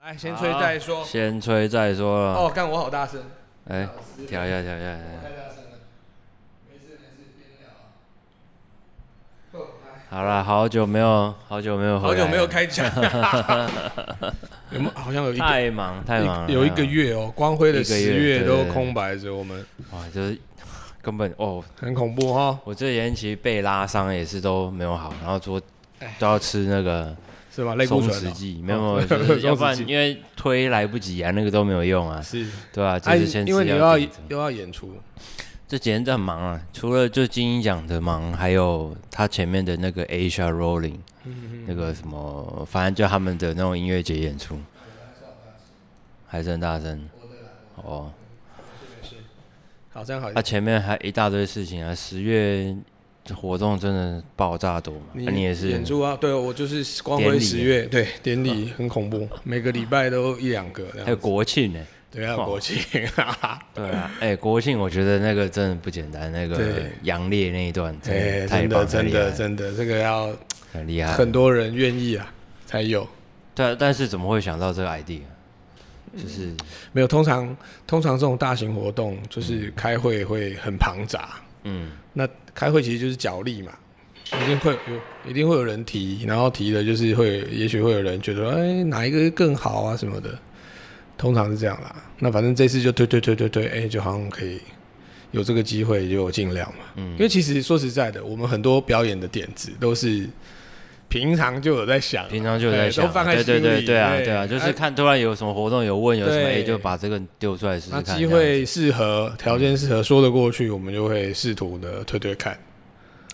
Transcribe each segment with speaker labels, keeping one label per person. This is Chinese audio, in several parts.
Speaker 1: 来，先吹再说。
Speaker 2: 先吹再说了。
Speaker 1: 哦，干我好大声，
Speaker 2: 哎、调一下，调一下，调一下
Speaker 1: 太大声了。没事没事，边聊啊。哦，来
Speaker 2: 好了，好久没有，好久没有回来
Speaker 1: 好
Speaker 2: 了，
Speaker 1: 久没有开讲，有 没有好像有一个
Speaker 2: 太忙太忙了，
Speaker 1: 有一个
Speaker 2: 太忙
Speaker 1: 月哦，光辉的
Speaker 2: 一个
Speaker 1: 十
Speaker 2: 月
Speaker 1: 月
Speaker 2: 对
Speaker 1: 都
Speaker 2: 对对
Speaker 1: 空白着，我们
Speaker 2: 了哇，就是根本哦，
Speaker 1: 很恐怖哈，
Speaker 2: 我这延期被拉伤也是都没有好，然后昨
Speaker 1: 哎
Speaker 2: 都要吃那个
Speaker 1: 是吧？类固
Speaker 2: 松
Speaker 1: 醇
Speaker 2: 弛
Speaker 1: 哦
Speaker 2: 剂，没有，没
Speaker 1: 哦
Speaker 2: 有 就是要不
Speaker 1: 松
Speaker 2: 然
Speaker 1: 弛剂
Speaker 2: 因为推来不及啊，那个都没有用啊，
Speaker 1: 是，
Speaker 2: 对啊，就
Speaker 1: 哎
Speaker 2: 是先，吃
Speaker 1: 因为你又
Speaker 2: 药
Speaker 1: 要
Speaker 2: 顶着
Speaker 1: 又要演出，
Speaker 2: 这几天真的很忙啊，除了就金鹰奖的忙，还有他前面的那个 Asia Rolling，那个什么，反正就他们的那种音乐节演出，还是很大声。哦，
Speaker 1: 好，这样好一
Speaker 2: 他、
Speaker 1: 点。
Speaker 2: 前面还一大堆事情啊，十月这活动真的爆炸多嘛，啊、你也是
Speaker 1: 演出啊？对，我就是光
Speaker 2: 典
Speaker 1: 辉
Speaker 2: 礼啊
Speaker 1: 十月，对，典礼很恐怖，每个礼拜都一两个这
Speaker 2: 还
Speaker 1: 样。
Speaker 2: 有国庆呢、
Speaker 1: 对啊，国庆，哈哈
Speaker 2: 对啊，哎、国庆我觉得那个真的不简单，那个
Speaker 1: 对
Speaker 2: 杨烈那一段真
Speaker 1: 哎，
Speaker 2: 的
Speaker 1: 真
Speaker 2: 太棒
Speaker 1: 的
Speaker 2: 了，
Speaker 1: 真的
Speaker 2: 太厉害了啊
Speaker 1: 真的，这个要
Speaker 2: 很厉害，
Speaker 1: 很多人愿意啊才有。
Speaker 2: 但但是怎么会想到这个 idea？就是
Speaker 1: 没有，通常通常这种大型活动就是开会会很庞杂，
Speaker 2: 嗯。
Speaker 1: 那开会其实就是角力嘛，一定会有一定会有人提，然后提的就是会，也许会有人觉得哎、哪一个更好啊什么的，通常是这样啦。那反正这次就推推推推推，哎、就好像可以有这个机会就尽量嘛。嗯，因为其实说实在的，我们很多表演的点子都是。平常就有在想啊，
Speaker 2: 平常就有在
Speaker 1: 哎
Speaker 2: 想，
Speaker 1: 都放在
Speaker 2: 对对
Speaker 1: 心
Speaker 2: 对
Speaker 1: 里
Speaker 2: 对啊
Speaker 1: 哎
Speaker 2: 对啊，就
Speaker 1: 哎
Speaker 2: 是看突然有什么活动有问有什么，
Speaker 1: 对
Speaker 2: 哎，就把这个丢出来试试
Speaker 1: 那
Speaker 2: 看。
Speaker 1: 机
Speaker 2: 这样
Speaker 1: 会适合，条件适合，说得过去，我们就会试图的推推看。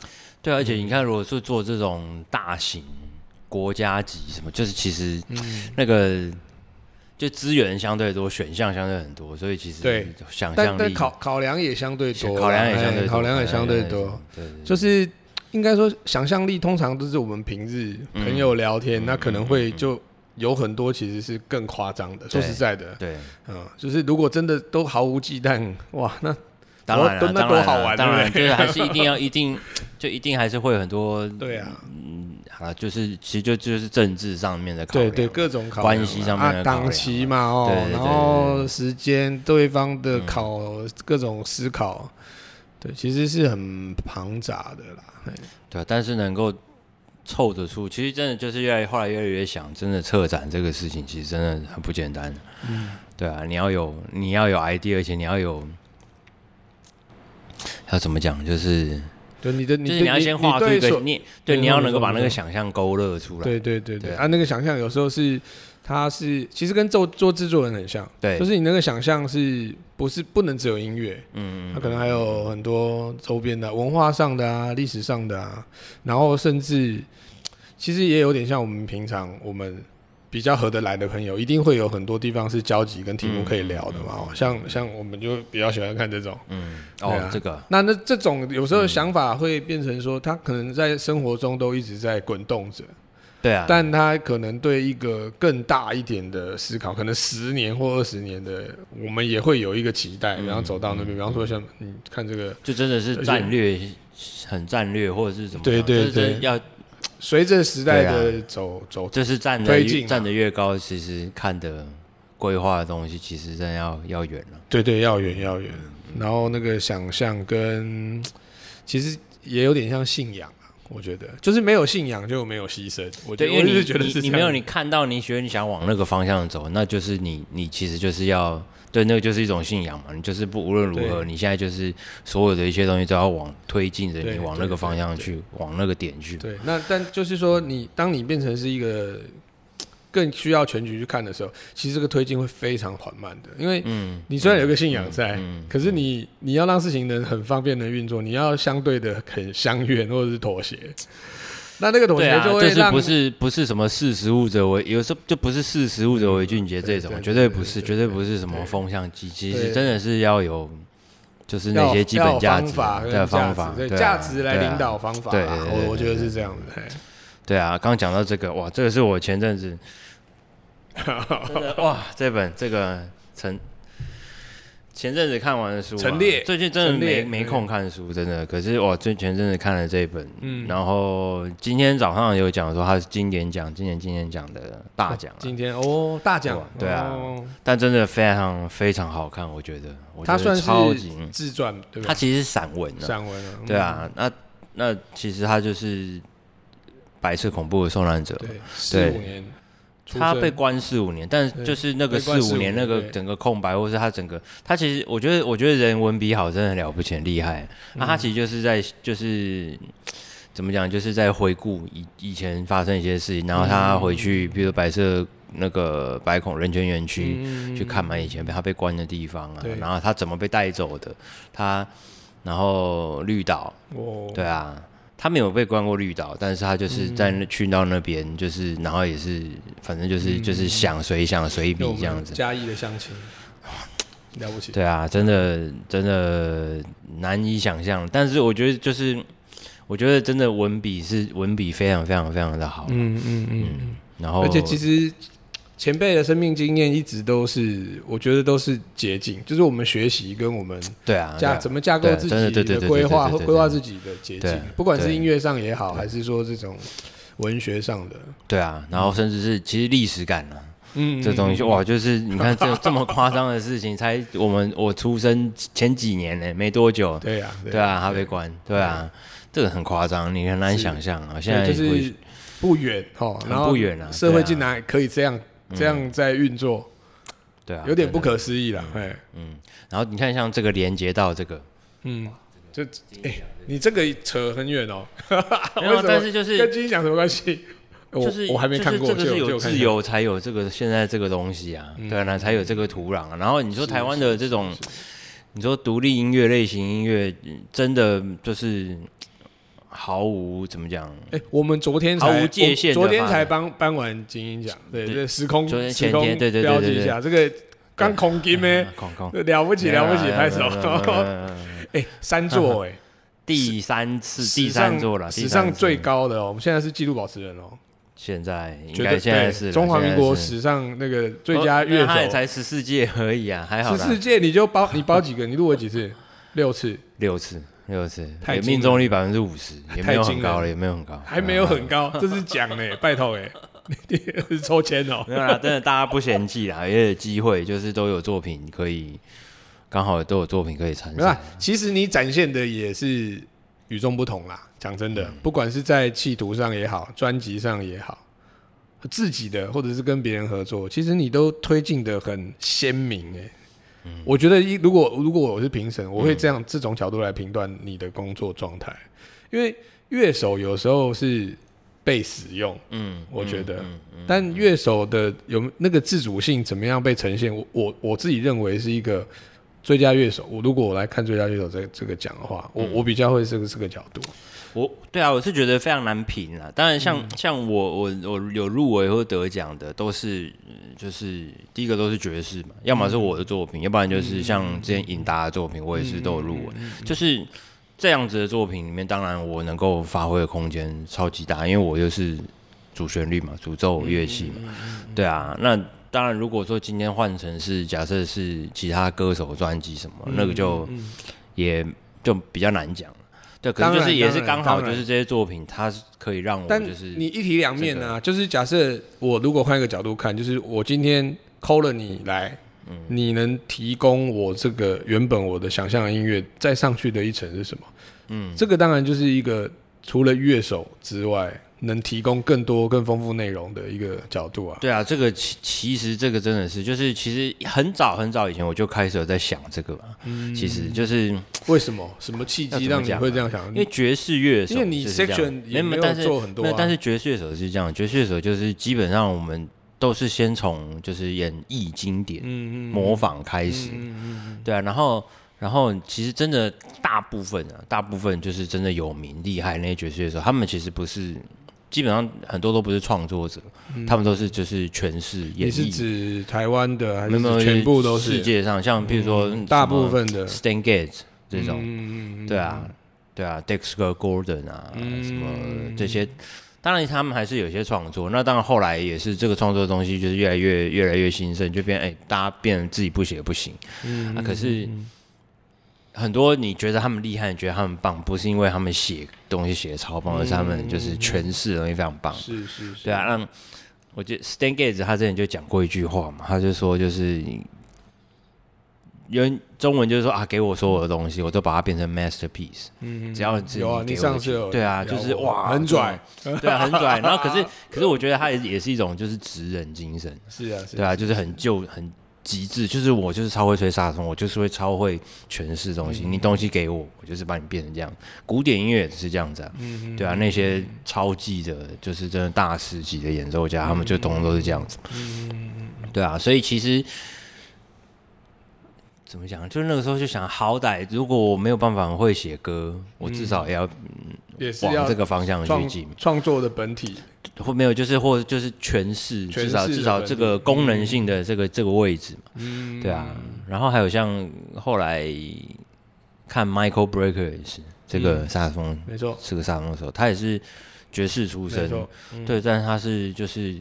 Speaker 2: 子对啊，而且
Speaker 1: 嗯
Speaker 2: 你看，如果是做这种大型国家级什么，就是其实
Speaker 1: 嗯
Speaker 2: 那个就资源相对多，选项相对很多，所以其实
Speaker 1: 对
Speaker 2: 想
Speaker 1: 但
Speaker 2: 象
Speaker 1: 但
Speaker 2: 力
Speaker 1: 考考量也相对多啦，
Speaker 2: 考量也相
Speaker 1: 哎
Speaker 2: 对多哎
Speaker 1: 考量也相对多
Speaker 2: 多，，对对对
Speaker 1: 就是应该说想象力通常都是我们平日
Speaker 2: 嗯
Speaker 1: 朋友聊天，那可能会就有很多其实是更夸张的。说
Speaker 2: 对
Speaker 1: 实在的，
Speaker 2: 对，
Speaker 1: 嗯，就是如果真的都毫无忌惮，哇，那
Speaker 2: 当然
Speaker 1: 多
Speaker 2: 了，
Speaker 1: 那
Speaker 2: 当
Speaker 1: 多
Speaker 2: 然
Speaker 1: 好
Speaker 2: 啦
Speaker 1: 玩，
Speaker 2: 当然
Speaker 1: 对
Speaker 2: 就是还是一定要一定就一定还是会有很多
Speaker 1: 不对？对啊，
Speaker 2: 好了，就是其实就就是政治上面的考
Speaker 1: 对
Speaker 2: 量，
Speaker 1: 对，各种考量
Speaker 2: 关系上面
Speaker 1: 啊，
Speaker 2: 的考量
Speaker 1: 档期嘛哦
Speaker 2: 对对，对嗯
Speaker 1: 然后时间、对方的考各种思考，对，其实是很庞杂的啦。嘿
Speaker 2: 对啊，但是能够凑得出，其实真的就是越来后来越来越想，真的策展这个事情，其实真的很不简单。嗯，对啊，你要有你要有 idea，而且你要有要怎么讲，就是
Speaker 1: 就你的，你
Speaker 2: 就
Speaker 1: 的
Speaker 2: 是你要
Speaker 1: 你
Speaker 2: 先画出
Speaker 1: 对
Speaker 2: 一个
Speaker 1: 所
Speaker 2: 你
Speaker 1: 对
Speaker 2: 对
Speaker 1: 所
Speaker 2: 你要能
Speaker 1: 没
Speaker 2: 够
Speaker 1: 错
Speaker 2: 把那
Speaker 1: 没
Speaker 2: 个
Speaker 1: 错
Speaker 2: 想象勾勒出来。
Speaker 1: 对对对对
Speaker 2: 对
Speaker 1: 啊，那个想象有时候是，它是其实跟做做制作人很像，
Speaker 2: 对
Speaker 1: 就是你那个想象是不是不能只有音乐，
Speaker 2: 嗯，
Speaker 1: 它可能还有很多周边的文化上的啊、历史上的啊，然后甚至其实也有点像我们平常我们。比较合得来的朋友，一定会有很多地方是交集跟题目可以聊的嘛。哦像像我们就比较喜欢看这种，
Speaker 2: 嗯，
Speaker 1: 对
Speaker 2: 哦
Speaker 1: 啊，
Speaker 2: 这个
Speaker 1: 那那这种有时候想法会变成说，他可能在生活中都一直在滚动着，
Speaker 2: 对啊，
Speaker 1: 但他可能对一个更大一点的思考，可能十年或二十年的，我们也会有一个期待，
Speaker 2: 嗯
Speaker 1: 然后走到那边。比方说像你看这个，
Speaker 2: 就真的是
Speaker 1: 而且
Speaker 2: 战略很战略，或者是怎么
Speaker 1: 对
Speaker 2: 样
Speaker 1: 对
Speaker 2: 就是真的
Speaker 1: 对
Speaker 2: 要
Speaker 1: 随着时代
Speaker 2: 对啊
Speaker 1: 的走、走，
Speaker 2: 就是站的
Speaker 1: 推进
Speaker 2: 越
Speaker 1: 啊
Speaker 2: 站的越高，其实看的规划的东西，其实真的要要远了。
Speaker 1: 对对，要远要远。
Speaker 2: 嗯
Speaker 1: 然后那个想象跟其实也有点像信仰啊，我觉得就是没有信仰就没有牺牲。我觉
Speaker 2: 对，
Speaker 1: 得
Speaker 2: 因为
Speaker 1: 我就是
Speaker 2: 你
Speaker 1: 觉得是
Speaker 2: 你你
Speaker 1: 这
Speaker 2: 没有
Speaker 1: 样
Speaker 2: 你看到你觉得你想往那个方向走，那就是你你其实就是要对那个就是一种信仰嘛，你就是不无论如何，你现在就是所有的一切东西都要往推进着
Speaker 1: 对
Speaker 2: 你往
Speaker 1: 对
Speaker 2: 那个方向去，往那个点去。
Speaker 1: 对，那但就是说你，当你变成是一个更需要全局去看的时候，其实这个推进会非常缓慢的，因为
Speaker 2: 嗯，
Speaker 1: 你虽然有一个信仰在，
Speaker 2: 嗯嗯
Speaker 1: 可是你你要让事情能很方便的运作，你要相对的很相怨或者是妥协，那那个妥
Speaker 2: 对
Speaker 1: 协
Speaker 2: 啊，
Speaker 1: 就
Speaker 2: 这
Speaker 1: 会
Speaker 2: 是
Speaker 1: 让、
Speaker 2: 不是不是什么识时务者为，有时候就不是识时务者为俊杰这种，
Speaker 1: 对对
Speaker 2: 绝对不是，
Speaker 1: 对对
Speaker 2: 绝对不是什么风向机，其实
Speaker 1: 对
Speaker 2: 真的是要有，就是
Speaker 1: 要
Speaker 2: 那些基本价
Speaker 1: 要
Speaker 2: 值
Speaker 1: 有方法
Speaker 2: 对
Speaker 1: 跟
Speaker 2: 方
Speaker 1: 法
Speaker 2: 法，
Speaker 1: 对
Speaker 2: 对啊
Speaker 1: 价值来
Speaker 2: 对啊
Speaker 1: 领导方法
Speaker 2: 对
Speaker 1: 啦，
Speaker 2: 对对
Speaker 1: 我我
Speaker 2: 对
Speaker 1: 觉得是这样的。嘿
Speaker 2: 对啊，刚讲到这个，哇，这个是我前阵子， 真的哇，这本这个陈前阵子看完的书啊、
Speaker 1: 陈列
Speaker 2: 最近真的
Speaker 1: 陈列
Speaker 2: 没没空看书，真的。可是我最前阵子看了这一本，
Speaker 1: 嗯
Speaker 2: 然后今天早上有讲说它是经典奖，今年经典奖的大奖啊、
Speaker 1: 今天哦，大奖
Speaker 2: 哇，对啊
Speaker 1: 哦
Speaker 2: 但真的非常非常好看，我觉得，我觉
Speaker 1: 它
Speaker 2: 得
Speaker 1: 算
Speaker 2: 超
Speaker 1: 是
Speaker 2: 级，
Speaker 1: 自传，对
Speaker 2: 它
Speaker 1: 吧？
Speaker 2: 其实是散文啊，
Speaker 1: 散文啊，嗯
Speaker 2: 对，啊，那那其实他就是白色恐怖的受难者，
Speaker 1: 嗯对，四五年出生，
Speaker 2: 他被关四五年，但
Speaker 1: 对
Speaker 2: 就是那个
Speaker 1: 被
Speaker 2: 四
Speaker 1: 关
Speaker 2: 五年
Speaker 1: 15
Speaker 2: 那个
Speaker 1: 对
Speaker 2: 整个空白，或是他整个他其实我觉得我觉得人文笔好真的很了不起，很厉害。那、
Speaker 1: 嗯
Speaker 2: 他其实就是在就是怎么讲，就是在回顾以以前发生一些事情，然后他
Speaker 1: 嗯
Speaker 2: 回去，比如白色那个白孔人权园区。
Speaker 1: 嗯
Speaker 2: 去看嘛，以前被他被关的地方啊
Speaker 1: 对，
Speaker 2: 然后他怎么被带走的，他，然后绿岛，
Speaker 1: 哦，
Speaker 2: 对啊，他没有被关过绿岛，但是他
Speaker 1: 嗯
Speaker 2: 就是在那去到那边，就是然后也是反
Speaker 1: 嗯
Speaker 2: 正就是、就是想随想随笔
Speaker 1: 那我们
Speaker 2: 这样子。
Speaker 1: 嘉义的乡亲，了不起，
Speaker 2: 对啊，真的真的难以想象，但是我觉得就是，我觉得真的文笔是文笔非常非常非常的好，
Speaker 1: 嗯嗯嗯。
Speaker 2: 然后
Speaker 1: 而且其实前辈的生命经验一直都是，我觉得都是捷径，就是我们学习跟我们
Speaker 2: 对啊，
Speaker 1: 架
Speaker 2: 对
Speaker 1: 怎
Speaker 2: 啊
Speaker 1: 么架构
Speaker 2: 对
Speaker 1: 自
Speaker 2: 真的
Speaker 1: 己
Speaker 2: 对对
Speaker 1: 的
Speaker 2: 对
Speaker 1: 规
Speaker 2: 对
Speaker 1: 划
Speaker 2: 对
Speaker 1: 和
Speaker 2: 对
Speaker 1: 规划
Speaker 2: 对
Speaker 1: 自己的捷
Speaker 2: 对
Speaker 1: 径，不管是
Speaker 2: 对
Speaker 1: 音乐上也好，还是说这种文学上的，
Speaker 2: 对啊，然后甚至是其实历史感啊，
Speaker 1: 嗯，
Speaker 2: 这东西哇，就是你看这这么夸张的事情，才我们我出生前几年呢，没多久，
Speaker 1: 对呀，
Speaker 2: 对啊，他被关，对啊，这个很夸张，你很难想象啊。现在
Speaker 1: 就
Speaker 2: 回
Speaker 1: 是
Speaker 2: 去
Speaker 1: 不远哦，
Speaker 2: 很
Speaker 1: 然后
Speaker 2: 不远啊
Speaker 1: 社会
Speaker 2: 对啊
Speaker 1: 竟然可以这样这样在运作，
Speaker 2: 对啊，
Speaker 1: 有点不
Speaker 2: 真的。
Speaker 1: 可思议了，哎，
Speaker 2: 然后你看，像这个连接到 这个，
Speaker 1: 嗯，就哎，你这个扯很远哦，
Speaker 2: 没有
Speaker 1: 为什么
Speaker 2: 啊但是就是
Speaker 1: 跟金鹰奖什么关系？我
Speaker 2: 就是
Speaker 1: 我还没看过，
Speaker 2: 就是这个是
Speaker 1: 就
Speaker 2: 有
Speaker 1: 看
Speaker 2: 自
Speaker 1: 一下嗯
Speaker 2: 由才有这个现在这个东西啊，对啊，那才有这个土壤啊。然后你说台湾的这种，你说独立音乐类型音乐，嗯真的就是毫无怎么讲，
Speaker 1: 哎、我们昨天才
Speaker 2: 毫无界限
Speaker 1: 我
Speaker 2: 的
Speaker 1: 昨天
Speaker 2: 发
Speaker 1: 才
Speaker 2: 展
Speaker 1: 颁颁完金鹰奖，对
Speaker 2: 对
Speaker 1: 对，时空
Speaker 2: 昨天
Speaker 1: 时
Speaker 2: 前
Speaker 1: 空
Speaker 2: 天对对对
Speaker 1: 标
Speaker 2: 对
Speaker 1: 记
Speaker 2: 对嗯
Speaker 1: 一下，这个刚空金咩，
Speaker 2: 哎空空，啊
Speaker 1: 了不起了不起，拍手！ 哎、三 座哎、
Speaker 2: 第三次
Speaker 1: 史
Speaker 2: 第
Speaker 1: 上
Speaker 2: 三座了，
Speaker 1: 史
Speaker 2: 第三
Speaker 1: 上
Speaker 2: 座
Speaker 1: 最高的哦，我们现在是纪录保持人哦，
Speaker 2: 现在应
Speaker 1: 绝
Speaker 2: 该
Speaker 1: 对
Speaker 2: 现在
Speaker 1: 对
Speaker 2: 是啦
Speaker 1: 中华民国
Speaker 2: 现在是
Speaker 1: 史上那个最佳乐
Speaker 2: 哦那他也
Speaker 1: 手，
Speaker 2: 才十四届而已啊，还好
Speaker 1: 十
Speaker 2: 啦，
Speaker 1: 四届你就包你包几个，你录了几次？六次，
Speaker 2: 六次六次，
Speaker 1: 太
Speaker 2: 也
Speaker 1: 惊人
Speaker 2: 命中率百分之五十，也没有
Speaker 1: 太惊
Speaker 2: 很
Speaker 1: 人
Speaker 2: 高了，也没有很高，嗯
Speaker 1: 还没有很 高，这是奖呢，拜托哎、 是抽签哦
Speaker 2: 嗯。没有啦，真的大家不嫌弃啦，也有机会，就是都有作品可以，刚好都有作品可以参
Speaker 1: 没办
Speaker 2: 赛
Speaker 1: 法，，其实你展现的也是与众不同啦。讲真
Speaker 2: 嗯
Speaker 1: 的，不管是在企图上也好，专辑上也好，自己的或者是跟别人合作，其实你都推进的很鲜明、欸。
Speaker 2: 嗯
Speaker 1: 我觉得一如果如果我是评审，我会这样、这种角度来评断你的工作状态，因为乐手有时候是被使用，
Speaker 2: 嗯，
Speaker 1: 我觉得
Speaker 2: 嗯嗯
Speaker 1: 但乐手的有那个自主性怎么样被呈现？我我我自己认为是一个最佳乐手。我如果我来看最佳乐手这这个奖的话，
Speaker 2: 嗯
Speaker 1: 我、我比较会这个这个角度。
Speaker 2: 我对啊，我是觉得非常难评啊啦。当然像，像我我我有入围或得奖的，都是嗯就是第一个都是爵士嘛，要么是我的作品，要不然就是像之前尹达的作品，我也是都有入围。
Speaker 1: 嗯
Speaker 2: 就是这样子的作品里面，当然我能够发挥的空间超级大，因为我又是主旋律嘛，主奏乐器嘛，对啊。那当然，如果说今天换成是假设是其他歌手专辑什么，那个就也就比较难讲了。对，可
Speaker 1: 当
Speaker 2: 是
Speaker 1: 然
Speaker 2: 就是也是
Speaker 1: 当然
Speaker 2: 刚好
Speaker 1: 当
Speaker 2: 就
Speaker 1: 然
Speaker 2: 是这些作品，它是可以让我
Speaker 1: 但
Speaker 2: 哦就是
Speaker 1: 你一体两面啊，就是假设我如果换一个角度看，就是我今天抠了你来，
Speaker 2: 嗯
Speaker 1: 你能提供我这个原本我的想象的音乐再上去的一层是什么？嗯，这个当然就是一个除了乐手之外，能提供更多更丰富内容的一个角度 啊。
Speaker 2: 对啊，这个其其实这个真的是，就是其实很早很早以前我就开始有在想这个嘛。
Speaker 1: 嗯
Speaker 2: 其实就是因
Speaker 1: 为什么？什么契机让你会这样想？
Speaker 2: 为爵士乐手
Speaker 1: 因
Speaker 2: 就
Speaker 1: 为
Speaker 2: 是
Speaker 1: 你
Speaker 2: 这样，
Speaker 1: section 也没
Speaker 2: 没
Speaker 1: 有
Speaker 2: 但是
Speaker 1: 做很多
Speaker 2: 没
Speaker 1: 啊
Speaker 2: 有，但是爵士乐手是这样，爵士乐手就是基本上我们都是先从就是演绎经典、
Speaker 1: 嗯
Speaker 2: 模仿开始，对啊，然后然后其实真的大部分啊，大部分就是真的有名厉害那些爵士乐手，他们其实不是。基本上很多都不是创作者，
Speaker 1: 嗯
Speaker 2: 他们都是就是诠释演
Speaker 1: 你是
Speaker 2: 绎，
Speaker 1: 指台湾的还
Speaker 2: 没有没有
Speaker 1: 是全部都
Speaker 2: 世
Speaker 1: 是？嗯
Speaker 2: 界上像譬如说
Speaker 1: 大部分的
Speaker 2: Stan Gates 这
Speaker 1: 嗯
Speaker 2: 种，
Speaker 1: 嗯嗯，嗯
Speaker 2: 对啊，对啊，Dexter Gordon 啊啊，什么这些，当然他们还是有些创作，那当然后来也是这个创作的东西就是越来越越来越兴盛，就变哎、大家变成自己不写不行，
Speaker 1: 嗯
Speaker 2: 啊可是很多你觉得他们厉害，你觉得他们棒，不是因为他们写东西写的超棒，而是他们就是诠释的东西非常棒。
Speaker 1: 嗯是是是，
Speaker 2: 对啊，让我觉得 Stan Gates 他之前就讲过一句话嘛，他就说就是有人中文就是说啊，给我所有的东西，我都把它变成 masterpiece。
Speaker 1: 嗯，嗯
Speaker 2: 只要是
Speaker 1: 有啊，
Speaker 2: 你
Speaker 1: 你
Speaker 2: 给我
Speaker 1: 上
Speaker 2: 的
Speaker 1: 次有
Speaker 2: 对啊，
Speaker 1: 聊
Speaker 2: 就是
Speaker 1: 过
Speaker 2: 哇，
Speaker 1: 很拽，
Speaker 2: 这种，对啊，很拽。然 后可是可是我觉得他也也是一种就是职人精神，
Speaker 1: 是啊，是
Speaker 2: 对啊，就是很旧很极致，就是我就是超会吹萨克斯风，我就是会超会诠释东
Speaker 1: 嗯
Speaker 2: 西。你东西给我，我就是把你变成这样。古典音乐也是这样子啊，
Speaker 1: 嗯
Speaker 2: 对啊，那些超级的，就是真的大师级的演奏家，他们就通通都是这样子。
Speaker 1: 嗯
Speaker 2: 对啊，所以其实怎么讲，就是那个时候就想，好歹如果我没有办法会写歌，我至少也要
Speaker 1: 也嗯是
Speaker 2: 往
Speaker 1: 要
Speaker 2: 这个方向去
Speaker 1: 创
Speaker 2: 进。
Speaker 1: 创作的本体，
Speaker 2: 或没有，就是或就是诠释，
Speaker 1: 诠释
Speaker 2: 至少
Speaker 1: 的嗯
Speaker 2: 至少
Speaker 1: 问题
Speaker 2: 这个功能性的这个、这个位置嘛，
Speaker 1: 嗯，
Speaker 2: 对啊。然后还有像后来看 Michael Breaker 也是这
Speaker 1: 嗯
Speaker 2: 个萨克斯风，
Speaker 1: 没错，
Speaker 2: 是个萨克斯风手，他也是爵士出
Speaker 1: 没
Speaker 2: 身，
Speaker 1: 错，嗯
Speaker 2: 对，但是他是就是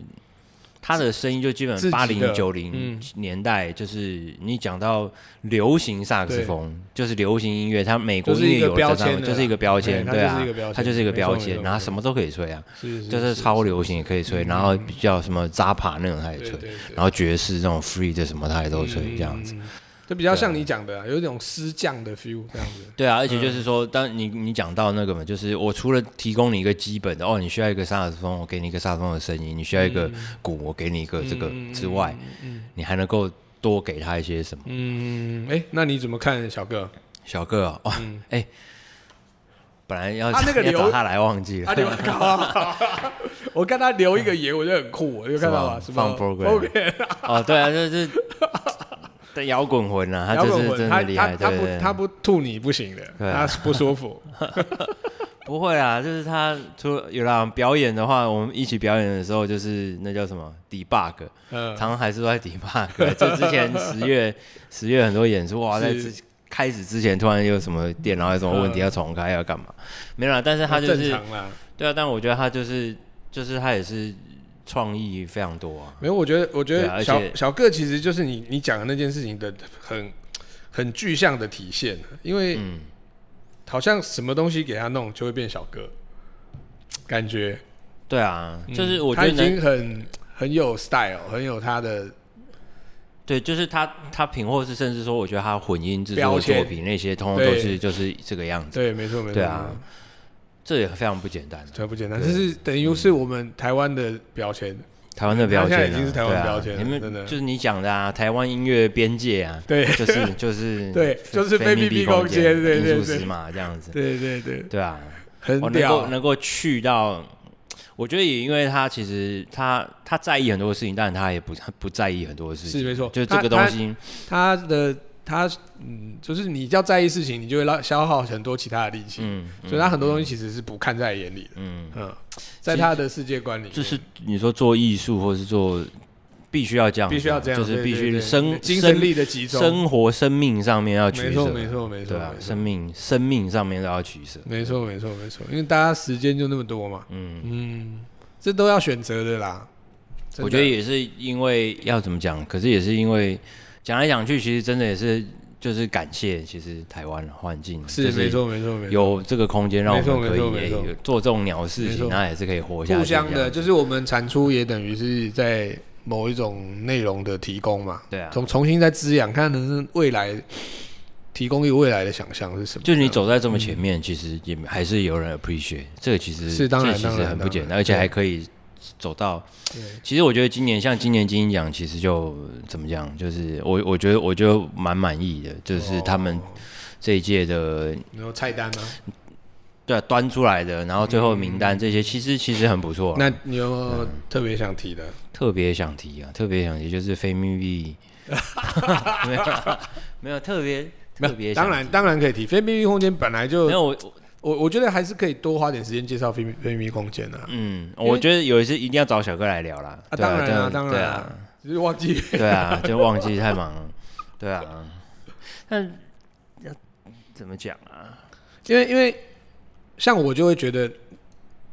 Speaker 2: 他的声音就基本
Speaker 1: 自己的
Speaker 2: 八零九零
Speaker 1: 嗯
Speaker 2: 年代，就是你讲到流行萨克斯风，就是流行音乐，它美国
Speaker 1: 就是
Speaker 2: 音乐
Speaker 1: 一个
Speaker 2: 有在
Speaker 1: 标
Speaker 2: 上
Speaker 1: 签
Speaker 2: 面，
Speaker 1: 的
Speaker 2: 就是一个标签，
Speaker 1: 对
Speaker 2: 对
Speaker 1: 哎它就是
Speaker 2: 啊
Speaker 1: 一个标签，
Speaker 2: 它就是一个
Speaker 1: 没错
Speaker 2: 标
Speaker 1: 没
Speaker 2: 签，
Speaker 1: 错
Speaker 2: 然
Speaker 1: 没
Speaker 2: 后它什么都可以吹啊。
Speaker 1: 是是
Speaker 2: 就是超流行也可以吹，然后比较什么扎帕那种他也
Speaker 1: 对
Speaker 2: 吹
Speaker 1: 对，对，
Speaker 2: 然后爵士这种 free 的什么他也都吹，这样子。
Speaker 1: 嗯，就比较像你讲的啊，有一种师匠的 feel 这样子，
Speaker 2: 对啊，而且就是说，当你你讲到那个嘛，就是我除了提供你一个基本的哦，你需要一个萨克斯风，我给你一个萨克斯风的声音；你需要一个鼓，我给你一个这个
Speaker 1: 嗯
Speaker 2: 之外，，
Speaker 1: 嗯
Speaker 2: 你还能够多给他一些什么？
Speaker 1: 嗯，哎，那你怎么看小哥？
Speaker 2: 小个啊，哇
Speaker 1: 嗯
Speaker 2: 哎，本来要
Speaker 1: 他那个
Speaker 2: 要找
Speaker 1: 留
Speaker 2: 他来忘记
Speaker 1: 啊，
Speaker 2: 了，
Speaker 1: 你 们搞啊， 我看他留一个言，我觉得很酷，我就看到了什
Speaker 2: 什
Speaker 1: 么
Speaker 2: 么放 program 哦，对啊，这这这摇滚魂啊，他
Speaker 1: 摇
Speaker 2: 就
Speaker 1: 滚
Speaker 2: 是
Speaker 1: 魂，
Speaker 2: 真
Speaker 1: 他
Speaker 2: 的厉
Speaker 1: 他
Speaker 2: 害，
Speaker 1: 他
Speaker 2: 对对
Speaker 1: 不
Speaker 2: 对
Speaker 1: 他不吐你不行的，
Speaker 2: 对
Speaker 1: 他
Speaker 2: 啊
Speaker 1: 不舒 服，
Speaker 2: 不会啦，就是他除了有啦表演的话，我们一起表演的时候，就是那叫什么 debug，
Speaker 1: 嗯
Speaker 2: 常，常还是都在 debug。就 之前十月十月很多演出，哇，在
Speaker 1: 是
Speaker 2: 之开始之前突然有什么电脑有什么问题
Speaker 1: 嗯
Speaker 2: 要重开要干嘛，没有啦。但是他就
Speaker 1: 正
Speaker 2: 是
Speaker 1: 常啦。
Speaker 2: 对啊，但我觉得他就是就是他也是创意非常多啊。
Speaker 1: 没有，我觉得我觉
Speaker 2: 对
Speaker 1: 得
Speaker 2: 啊而
Speaker 1: 小
Speaker 2: 且
Speaker 1: 小个其实就是你你讲的那件事情的很很具象的体现，因为
Speaker 2: 嗯，
Speaker 1: 好像什么东西给他弄就会变小哥，感觉
Speaker 2: 对啊，
Speaker 1: 嗯
Speaker 2: 就是我觉
Speaker 1: 他
Speaker 2: 得
Speaker 1: 已
Speaker 2: 能
Speaker 1: 经很很有 style，很有他的
Speaker 2: 对，就是他他品或是甚至说，我觉得他混音制作
Speaker 1: 标
Speaker 2: 的
Speaker 1: 签
Speaker 2: 作品那些，通通都
Speaker 1: 对
Speaker 2: 是就是这个样子。
Speaker 1: 对，没错没错，
Speaker 2: 对啊
Speaker 1: 没错，
Speaker 2: 这也非常不简单、啊。嗯
Speaker 1: 这不简单，
Speaker 2: 对
Speaker 1: 这是等于是我们台湾的标签，
Speaker 2: 台湾的标签、啊、
Speaker 1: 它现在已经是台湾标签了
Speaker 2: 对啊、你
Speaker 1: 真的
Speaker 2: 们就是你讲的啊，台湾音乐边界啊，
Speaker 1: 对
Speaker 2: 就是就是
Speaker 1: 对就是非密闭空
Speaker 2: 空
Speaker 1: 间对对
Speaker 2: 民
Speaker 1: 对
Speaker 2: 主嘛这样子，
Speaker 1: 对对对，
Speaker 2: 对啊，
Speaker 1: 很
Speaker 2: 我能
Speaker 1: 屌
Speaker 2: 够，能够去到，我觉得也因为他其实他他在意很多事情，但他也不 不在意很多事情，
Speaker 1: 是没错
Speaker 2: 就
Speaker 1: 他
Speaker 2: 这个东西，
Speaker 1: 他的他嗯，就是你要在意事情，你就会浪消耗很多其他的力气，
Speaker 2: 嗯，嗯
Speaker 1: 所以他很多东西其实是不看在眼里的。
Speaker 2: 嗯，
Speaker 1: 嗯，在他的世界观里面，
Speaker 2: 就是你说做艺术或是做。必须要这样子啊，
Speaker 1: 必须要这样，
Speaker 2: 就是
Speaker 1: 对
Speaker 2: 必
Speaker 1: 对
Speaker 2: 须
Speaker 1: 对
Speaker 2: 生
Speaker 1: 精
Speaker 2: 生
Speaker 1: 神力的集中，
Speaker 2: 生活、生命上面要取舍，
Speaker 1: 没错没错没错
Speaker 2: 对啊，
Speaker 1: 没错
Speaker 2: 生命生命上面都要取舍。
Speaker 1: 没错没错没错，因为大家时间就那么多嘛，
Speaker 2: 嗯，
Speaker 1: 嗯，这都要选择的啦。真的
Speaker 2: 我觉得也是因为要怎么讲，可是也是因为讲来讲去，其实真的也是就是感谢，其实台湾的环境
Speaker 1: 是
Speaker 2: 就是
Speaker 1: 没错没错没错，
Speaker 2: 有这个空间让我们可
Speaker 1: 没错没
Speaker 2: 以
Speaker 1: 错
Speaker 2: 也
Speaker 1: 没
Speaker 2: 做这种鸟事
Speaker 1: 没错
Speaker 2: 情，那也是可以活下去。
Speaker 1: 互相的，，就是我们产出也等于是在某一种内容的提供嘛，
Speaker 2: 对啊，
Speaker 1: 重重新再滋养，看能是未来提供一个未来的想象是什么。
Speaker 2: 就是你走在这么前面，其实也还是有人 appreciate，这个其实
Speaker 1: 嗯是当然
Speaker 2: 这其
Speaker 1: 当
Speaker 2: 实
Speaker 1: 然
Speaker 2: 很不
Speaker 1: 当
Speaker 2: 简单，
Speaker 1: 然
Speaker 2: 而且
Speaker 1: 对
Speaker 2: 还可以走到
Speaker 1: 对
Speaker 2: 其实我觉得今年像今年金鹰奖，其实就怎么讲，就是我我觉得我就蛮满意的，就是他们
Speaker 1: 哦
Speaker 2: 这一届的
Speaker 1: 你说菜单吗？
Speaker 2: 对啊、端出来的，然后最后名单这些，其实其实很不错啊。
Speaker 1: 那你有没有特别想提的？
Speaker 2: 特别想提啊，特别想提就是非密闭，没有啊没有特别特别想
Speaker 1: 当然当然可以提，非秘密空间本来就
Speaker 2: 没有我
Speaker 1: 我我觉得还是可以多花点时间介绍非密非密空间啊。
Speaker 2: 嗯，
Speaker 1: 因为
Speaker 2: 我觉得有一次一定要找小哥来聊啦。
Speaker 1: 啊，
Speaker 2: 对
Speaker 1: 当然
Speaker 2: 对
Speaker 1: 啊，当
Speaker 2: 对
Speaker 1: 然
Speaker 2: 啊
Speaker 1: 啊，，只是忘记。
Speaker 2: 对啊，就忘记太忙了，对啊，但呃要怎么讲啊？
Speaker 1: 因为因为像我就会觉得，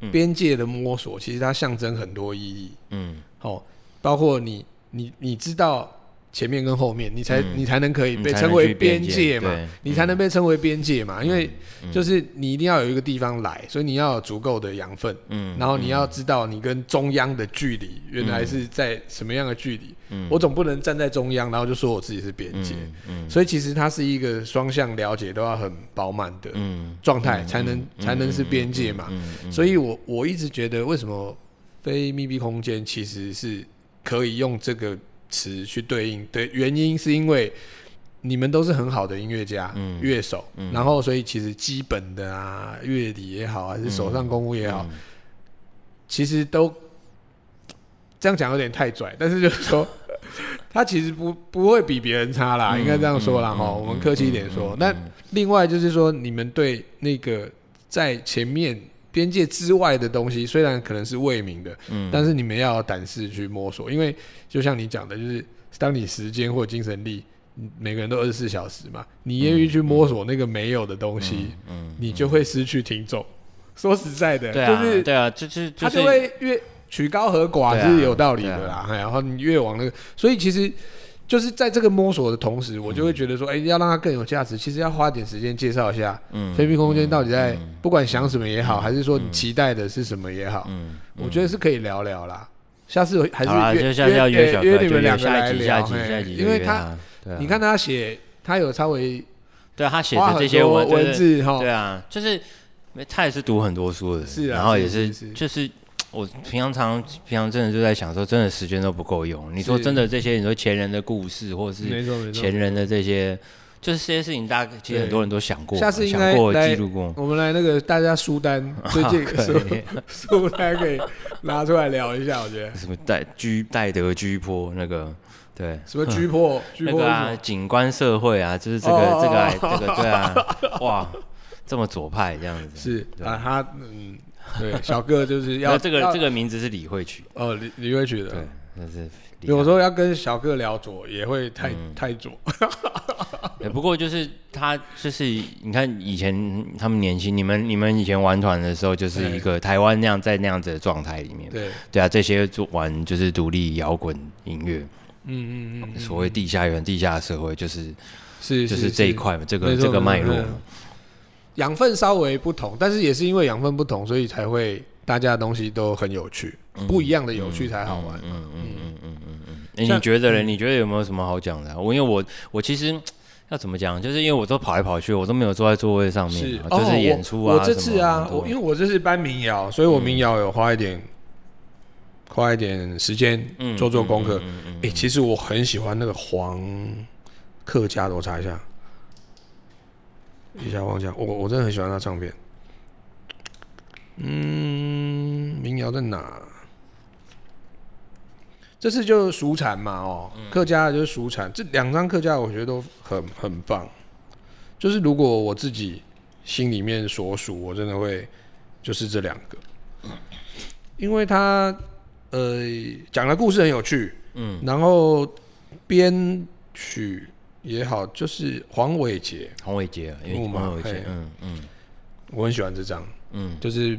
Speaker 2: 嗯
Speaker 1: 边界的摸索，其实它象征很多意义。
Speaker 2: 嗯
Speaker 1: 哦，包括你你你知道前面跟后面，你才、
Speaker 2: 嗯
Speaker 1: 你才能可以
Speaker 2: 你
Speaker 1: 被
Speaker 2: 才
Speaker 1: 称
Speaker 2: 能
Speaker 1: 为
Speaker 2: 去边
Speaker 1: 边
Speaker 2: 界
Speaker 1: 界嘛
Speaker 2: 对，
Speaker 1: 你才能被称为边界嘛，因为
Speaker 2: 嗯
Speaker 1: 就是你一定要有一个地方来，所以你要有足够的养分。
Speaker 2: 嗯，
Speaker 1: 然后你要知道你跟中央的距离原来是在什么样的距离，
Speaker 2: 嗯
Speaker 1: 我总不能站在中央，然后就说我自己是边界，
Speaker 2: 嗯嗯
Speaker 1: 所以其实它是一个双向了解都要很饱满的
Speaker 2: 嗯
Speaker 1: 状态，才能、才能是边界嘛。
Speaker 2: 嗯嗯
Speaker 1: 所以我我一直觉得，为什么非密闭空间其实是可以用这个词去对应的原因，是因为你们都是很好的音乐家、
Speaker 2: 嗯
Speaker 1: 乐手，然后所以其实基本的啊，乐理也好，还是手上功夫也
Speaker 2: 嗯
Speaker 1: 好，其实都这样讲有点太拽，但是就是 说。他其实不不会比别人差啦，
Speaker 2: 嗯
Speaker 1: 应该这样说啦
Speaker 2: 嗯
Speaker 1: 哈、
Speaker 2: 嗯
Speaker 1: 我们客气一点说
Speaker 2: 嗯，
Speaker 1: 那、
Speaker 2: 嗯
Speaker 1: 另外就是说，你们对那个在前面边界之外的东西，虽然可能是未明的，
Speaker 2: 嗯
Speaker 1: 但是你们要有胆识去摸索，因为就像你讲的，就是当你时间或精神力，嗯每个人都二十四小时嘛，你愿意去摸索那个没有的东西，
Speaker 2: 嗯
Speaker 1: 你就会失去听众。说实在的，
Speaker 2: 对啊
Speaker 1: 就是
Speaker 2: 对啊，就是
Speaker 1: 他
Speaker 2: 是
Speaker 1: 就会越曲高和寡
Speaker 2: 对啊
Speaker 1: 是有道理的啦。哎然后你越往那个，所以其实就是在这个摸索的同时，我就会觉得说，哎，要让它更有价值，其实要花点时间介绍一下
Speaker 2: 嗯
Speaker 1: 非密空间到底在不管想什么也好，还是说你期待的是什么也好，
Speaker 2: 嗯，
Speaker 1: 我觉得是可以聊聊啦。下次还
Speaker 2: 好啦，
Speaker 1: 是
Speaker 2: 就
Speaker 1: 约
Speaker 2: 像要约
Speaker 1: 约
Speaker 2: 小
Speaker 1: 约
Speaker 2: 哥
Speaker 1: 你
Speaker 2: 就
Speaker 1: 们两个
Speaker 2: 下
Speaker 1: 来
Speaker 2: 一集下一
Speaker 1: 聊，
Speaker 2: 集
Speaker 1: 嘿
Speaker 2: 下一集就
Speaker 1: 因为
Speaker 2: 约
Speaker 1: 他
Speaker 2: 他，对啊
Speaker 1: 你看他写，他有稍微
Speaker 2: 对啊他写
Speaker 1: 花
Speaker 2: 的这
Speaker 1: 很
Speaker 2: 些
Speaker 1: 多
Speaker 2: 文对
Speaker 1: 文字哈
Speaker 2: 对，啊，就是没他也是读很多书的人，
Speaker 1: 是啊
Speaker 2: 然后
Speaker 1: 是
Speaker 2: 也是
Speaker 1: 是是
Speaker 2: 就是。我平常常平常真的就在想说，真的时间都不够用。你说
Speaker 1: 是
Speaker 2: 真的这些，你说前人的故事，或者是
Speaker 1: 没错没错。
Speaker 2: 前人的这些，就是这些事情，大家其实
Speaker 1: 对
Speaker 2: 很多人都想过嘛，
Speaker 1: 下次应
Speaker 2: 想
Speaker 1: 该
Speaker 2: 过
Speaker 1: 来
Speaker 2: 记录过。
Speaker 1: 我们来那个大家书 单，最近
Speaker 2: 可
Speaker 1: 书
Speaker 2: 以
Speaker 1: 书单可以拿出来聊一下，我觉得
Speaker 2: 什么戴居戴德居坡那个，对，
Speaker 1: 什么居 破居
Speaker 2: 那
Speaker 1: 破
Speaker 2: 个
Speaker 1: 是什
Speaker 2: 啊，
Speaker 1: 么
Speaker 2: 景观社会啊，就是这个
Speaker 1: 哦
Speaker 2: 这个啊
Speaker 1: 哦
Speaker 2: 这个对啊，哇，这么左派这样子。
Speaker 1: 是
Speaker 2: 对
Speaker 1: 啊，他嗯，对， 小哥就是
Speaker 2: 那
Speaker 1: 要
Speaker 2: 这个
Speaker 1: 要
Speaker 2: 这个名字是李慧取，
Speaker 1: 哦，李李慧取
Speaker 2: 对
Speaker 1: 的。，
Speaker 2: 那是李嗯
Speaker 1: 有时候要跟小哥聊左，也会太太左，
Speaker 2: 哎不过就是他就是你看以前他们年轻，你们你们以前玩团的时候，就是一个台湾那样在那样子的状态里面，
Speaker 1: 对，
Speaker 2: 对啊，这些做玩就是独立摇滚音乐，
Speaker 1: 嗯嗯嗯，
Speaker 2: 所谓地下园、地下社会，就是
Speaker 1: 是
Speaker 2: 就是这一块嘛，这个
Speaker 1: 没错
Speaker 2: 这个脉络
Speaker 1: 没错
Speaker 2: 嘛，
Speaker 1: 养分稍微不同，但是也是因为养分不同，所以才会大家的东西都很有趣，不一样的有趣才好玩。
Speaker 2: 嗯嗯嗯嗯嗯嗯嗯。
Speaker 1: 像
Speaker 2: 你觉得呢？你觉得有没有什么好讲的啊、我因为我我其实要怎么讲，就是因为我都跑来跑去，我都没有坐在座位上面
Speaker 1: 是
Speaker 2: 啊，，
Speaker 1: 哦
Speaker 2: 就是演出啊
Speaker 1: 我。我这次啊，
Speaker 2: 什么嗯
Speaker 1: 我
Speaker 2: 的
Speaker 1: 因为我这次搬民谣，所以我民谣有花一点、花一点时间
Speaker 2: 嗯
Speaker 1: 做做功课。哎、
Speaker 2: 嗯嗯嗯
Speaker 1: 其实我很喜欢那个黄客家的，我查一下，一下忘记了，我我真的很喜欢他唱片。嗯，民谣在哪？这次就熟产嘛，哦，
Speaker 2: 嗯
Speaker 1: 客家的就是熟产，这两张客家我觉得都很很棒。就是如果我自己心里面所属，我真的会就是这两个，因为他呃讲的故事很有趣，
Speaker 2: 嗯，
Speaker 1: 然后编曲也好，就是黄伟杰，
Speaker 2: 黄伟杰啊，因
Speaker 1: 木
Speaker 2: 为
Speaker 1: 马
Speaker 2: 黄伟杰
Speaker 1: 嘿，
Speaker 2: 嗯嗯
Speaker 1: 我很喜欢这张，
Speaker 2: 嗯，
Speaker 1: 就是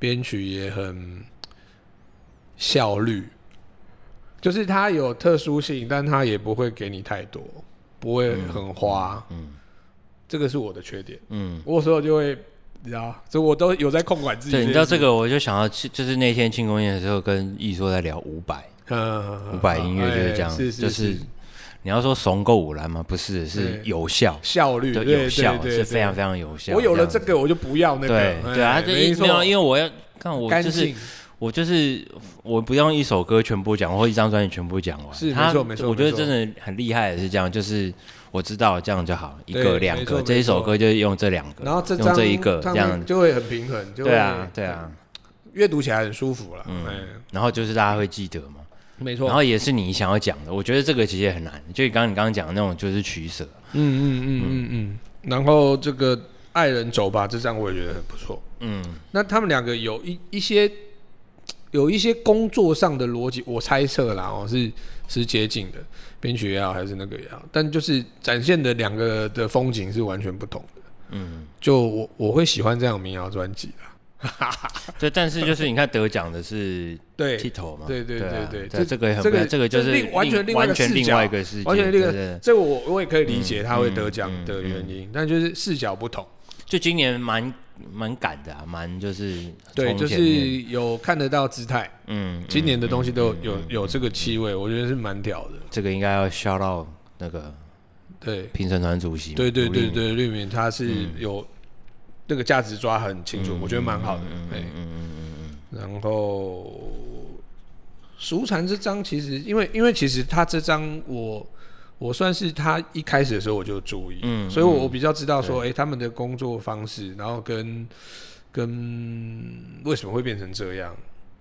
Speaker 1: 编曲也很效率，就是它有特殊性，但它也不会给你太多，不会很花，
Speaker 2: 嗯
Speaker 1: 这个是我的缺点。
Speaker 2: 嗯。
Speaker 1: 我有时候就会，你知道，所以我都有在控管自己。
Speaker 2: 对，你知道这，个，我就想到，去，就是那天庆功宴的时候，跟艺硕在聊五百，
Speaker 1: 嗯，
Speaker 2: 五百音乐就是这样，
Speaker 1: 哎是
Speaker 2: 就是是你要说怂够五兰吗？不是，是
Speaker 1: 对
Speaker 2: 有效，
Speaker 1: 效率，
Speaker 2: 对，
Speaker 1: 对
Speaker 2: 有效
Speaker 1: 对对
Speaker 2: 是非常
Speaker 1: 对
Speaker 2: 非常有效。
Speaker 1: 我有了
Speaker 2: 样子
Speaker 1: 这个，我就不要那个。
Speaker 2: 对
Speaker 1: 哎
Speaker 2: 对啊，这
Speaker 1: 没
Speaker 2: 一没有，
Speaker 1: 错，
Speaker 2: 因为我要看我
Speaker 1: 干
Speaker 2: 就是
Speaker 1: 净
Speaker 2: 我就是我不用一首歌全部讲，或一张专辑全部讲完。
Speaker 1: 是
Speaker 2: 他
Speaker 1: 没错没错
Speaker 2: 我觉
Speaker 1: 没
Speaker 2: 得
Speaker 1: 错
Speaker 2: 真的很厉害的是这样，就是我知道这样就好，一个
Speaker 1: 对
Speaker 2: 两
Speaker 1: 没
Speaker 2: 个，
Speaker 1: 错
Speaker 2: 这一首歌就用这两个，
Speaker 1: 然后这
Speaker 2: 用
Speaker 1: 张
Speaker 2: 这一个
Speaker 1: 上
Speaker 2: 这
Speaker 1: 面
Speaker 2: 样。
Speaker 1: 就会很平衡，就会
Speaker 2: 对啊，对，啊，
Speaker 1: 阅读起来很舒服了。
Speaker 2: 嗯
Speaker 1: 嗯，
Speaker 2: 然后就是大家会记得嘛，
Speaker 1: 没
Speaker 2: 然，后也是你想要讲的，我觉得这个其实也很难，就刚刚你刚刚讲的那种就是取舍，
Speaker 1: 嗯嗯嗯嗯嗯。然后这个爱人走吧，这张我也觉得很不错。
Speaker 2: 嗯
Speaker 1: 那他们两个有一一些有一些工作上的逻辑，我猜测啦，哦，是是接近的，编曲也好，还是那个也好，但就是展现的两个的风景是完全不同的。
Speaker 2: 嗯
Speaker 1: 就我我会喜欢这样的民谣专辑啦，
Speaker 2: 对，但是就是你看得奖的是
Speaker 1: 对，
Speaker 2: 剃头嘛，
Speaker 1: 对对
Speaker 2: 对啊
Speaker 1: 对对
Speaker 2: 对，
Speaker 1: 这
Speaker 2: 这个也很
Speaker 1: 这
Speaker 2: 不一
Speaker 1: 个
Speaker 2: 样这个
Speaker 1: 这
Speaker 2: 就是
Speaker 1: 另完全另外一
Speaker 2: 完
Speaker 1: 个
Speaker 2: 全
Speaker 1: 视
Speaker 2: 另
Speaker 1: 角
Speaker 2: 外一个世界，
Speaker 1: 完全那
Speaker 2: 对对
Speaker 1: 个，这我我也可以理解他会
Speaker 2: 嗯
Speaker 1: 得奖
Speaker 2: 嗯
Speaker 1: 的
Speaker 2: 嗯
Speaker 1: 原因，但就是视角不同。
Speaker 2: 就今年蛮蛮赶的啊，蛮就是
Speaker 1: 对，
Speaker 2: 冲
Speaker 1: 就
Speaker 2: 前面
Speaker 1: 是有看得到姿态，
Speaker 2: 嗯，
Speaker 1: 今年的东西都有
Speaker 2: 嗯嗯
Speaker 1: 有
Speaker 2: 嗯
Speaker 1: 有这个气味，我觉得是蛮屌的。
Speaker 2: 这个应该要 shout 到那个
Speaker 1: 对，
Speaker 2: 评审团主席嘛，
Speaker 1: 对对
Speaker 2: 吴
Speaker 1: 对
Speaker 2: 立嗯民，
Speaker 1: 对，绿敏他是有那个价值抓很清
Speaker 2: 嗯
Speaker 1: 楚，我觉得蛮好的。哎，然后熟蝉这张其实，因为因为其实他这张我我算是他一开始的时候我就注意，
Speaker 2: 嗯
Speaker 1: 所以我比较知道说，哎、他们的工作方式，然后跟跟为什么会变成这样，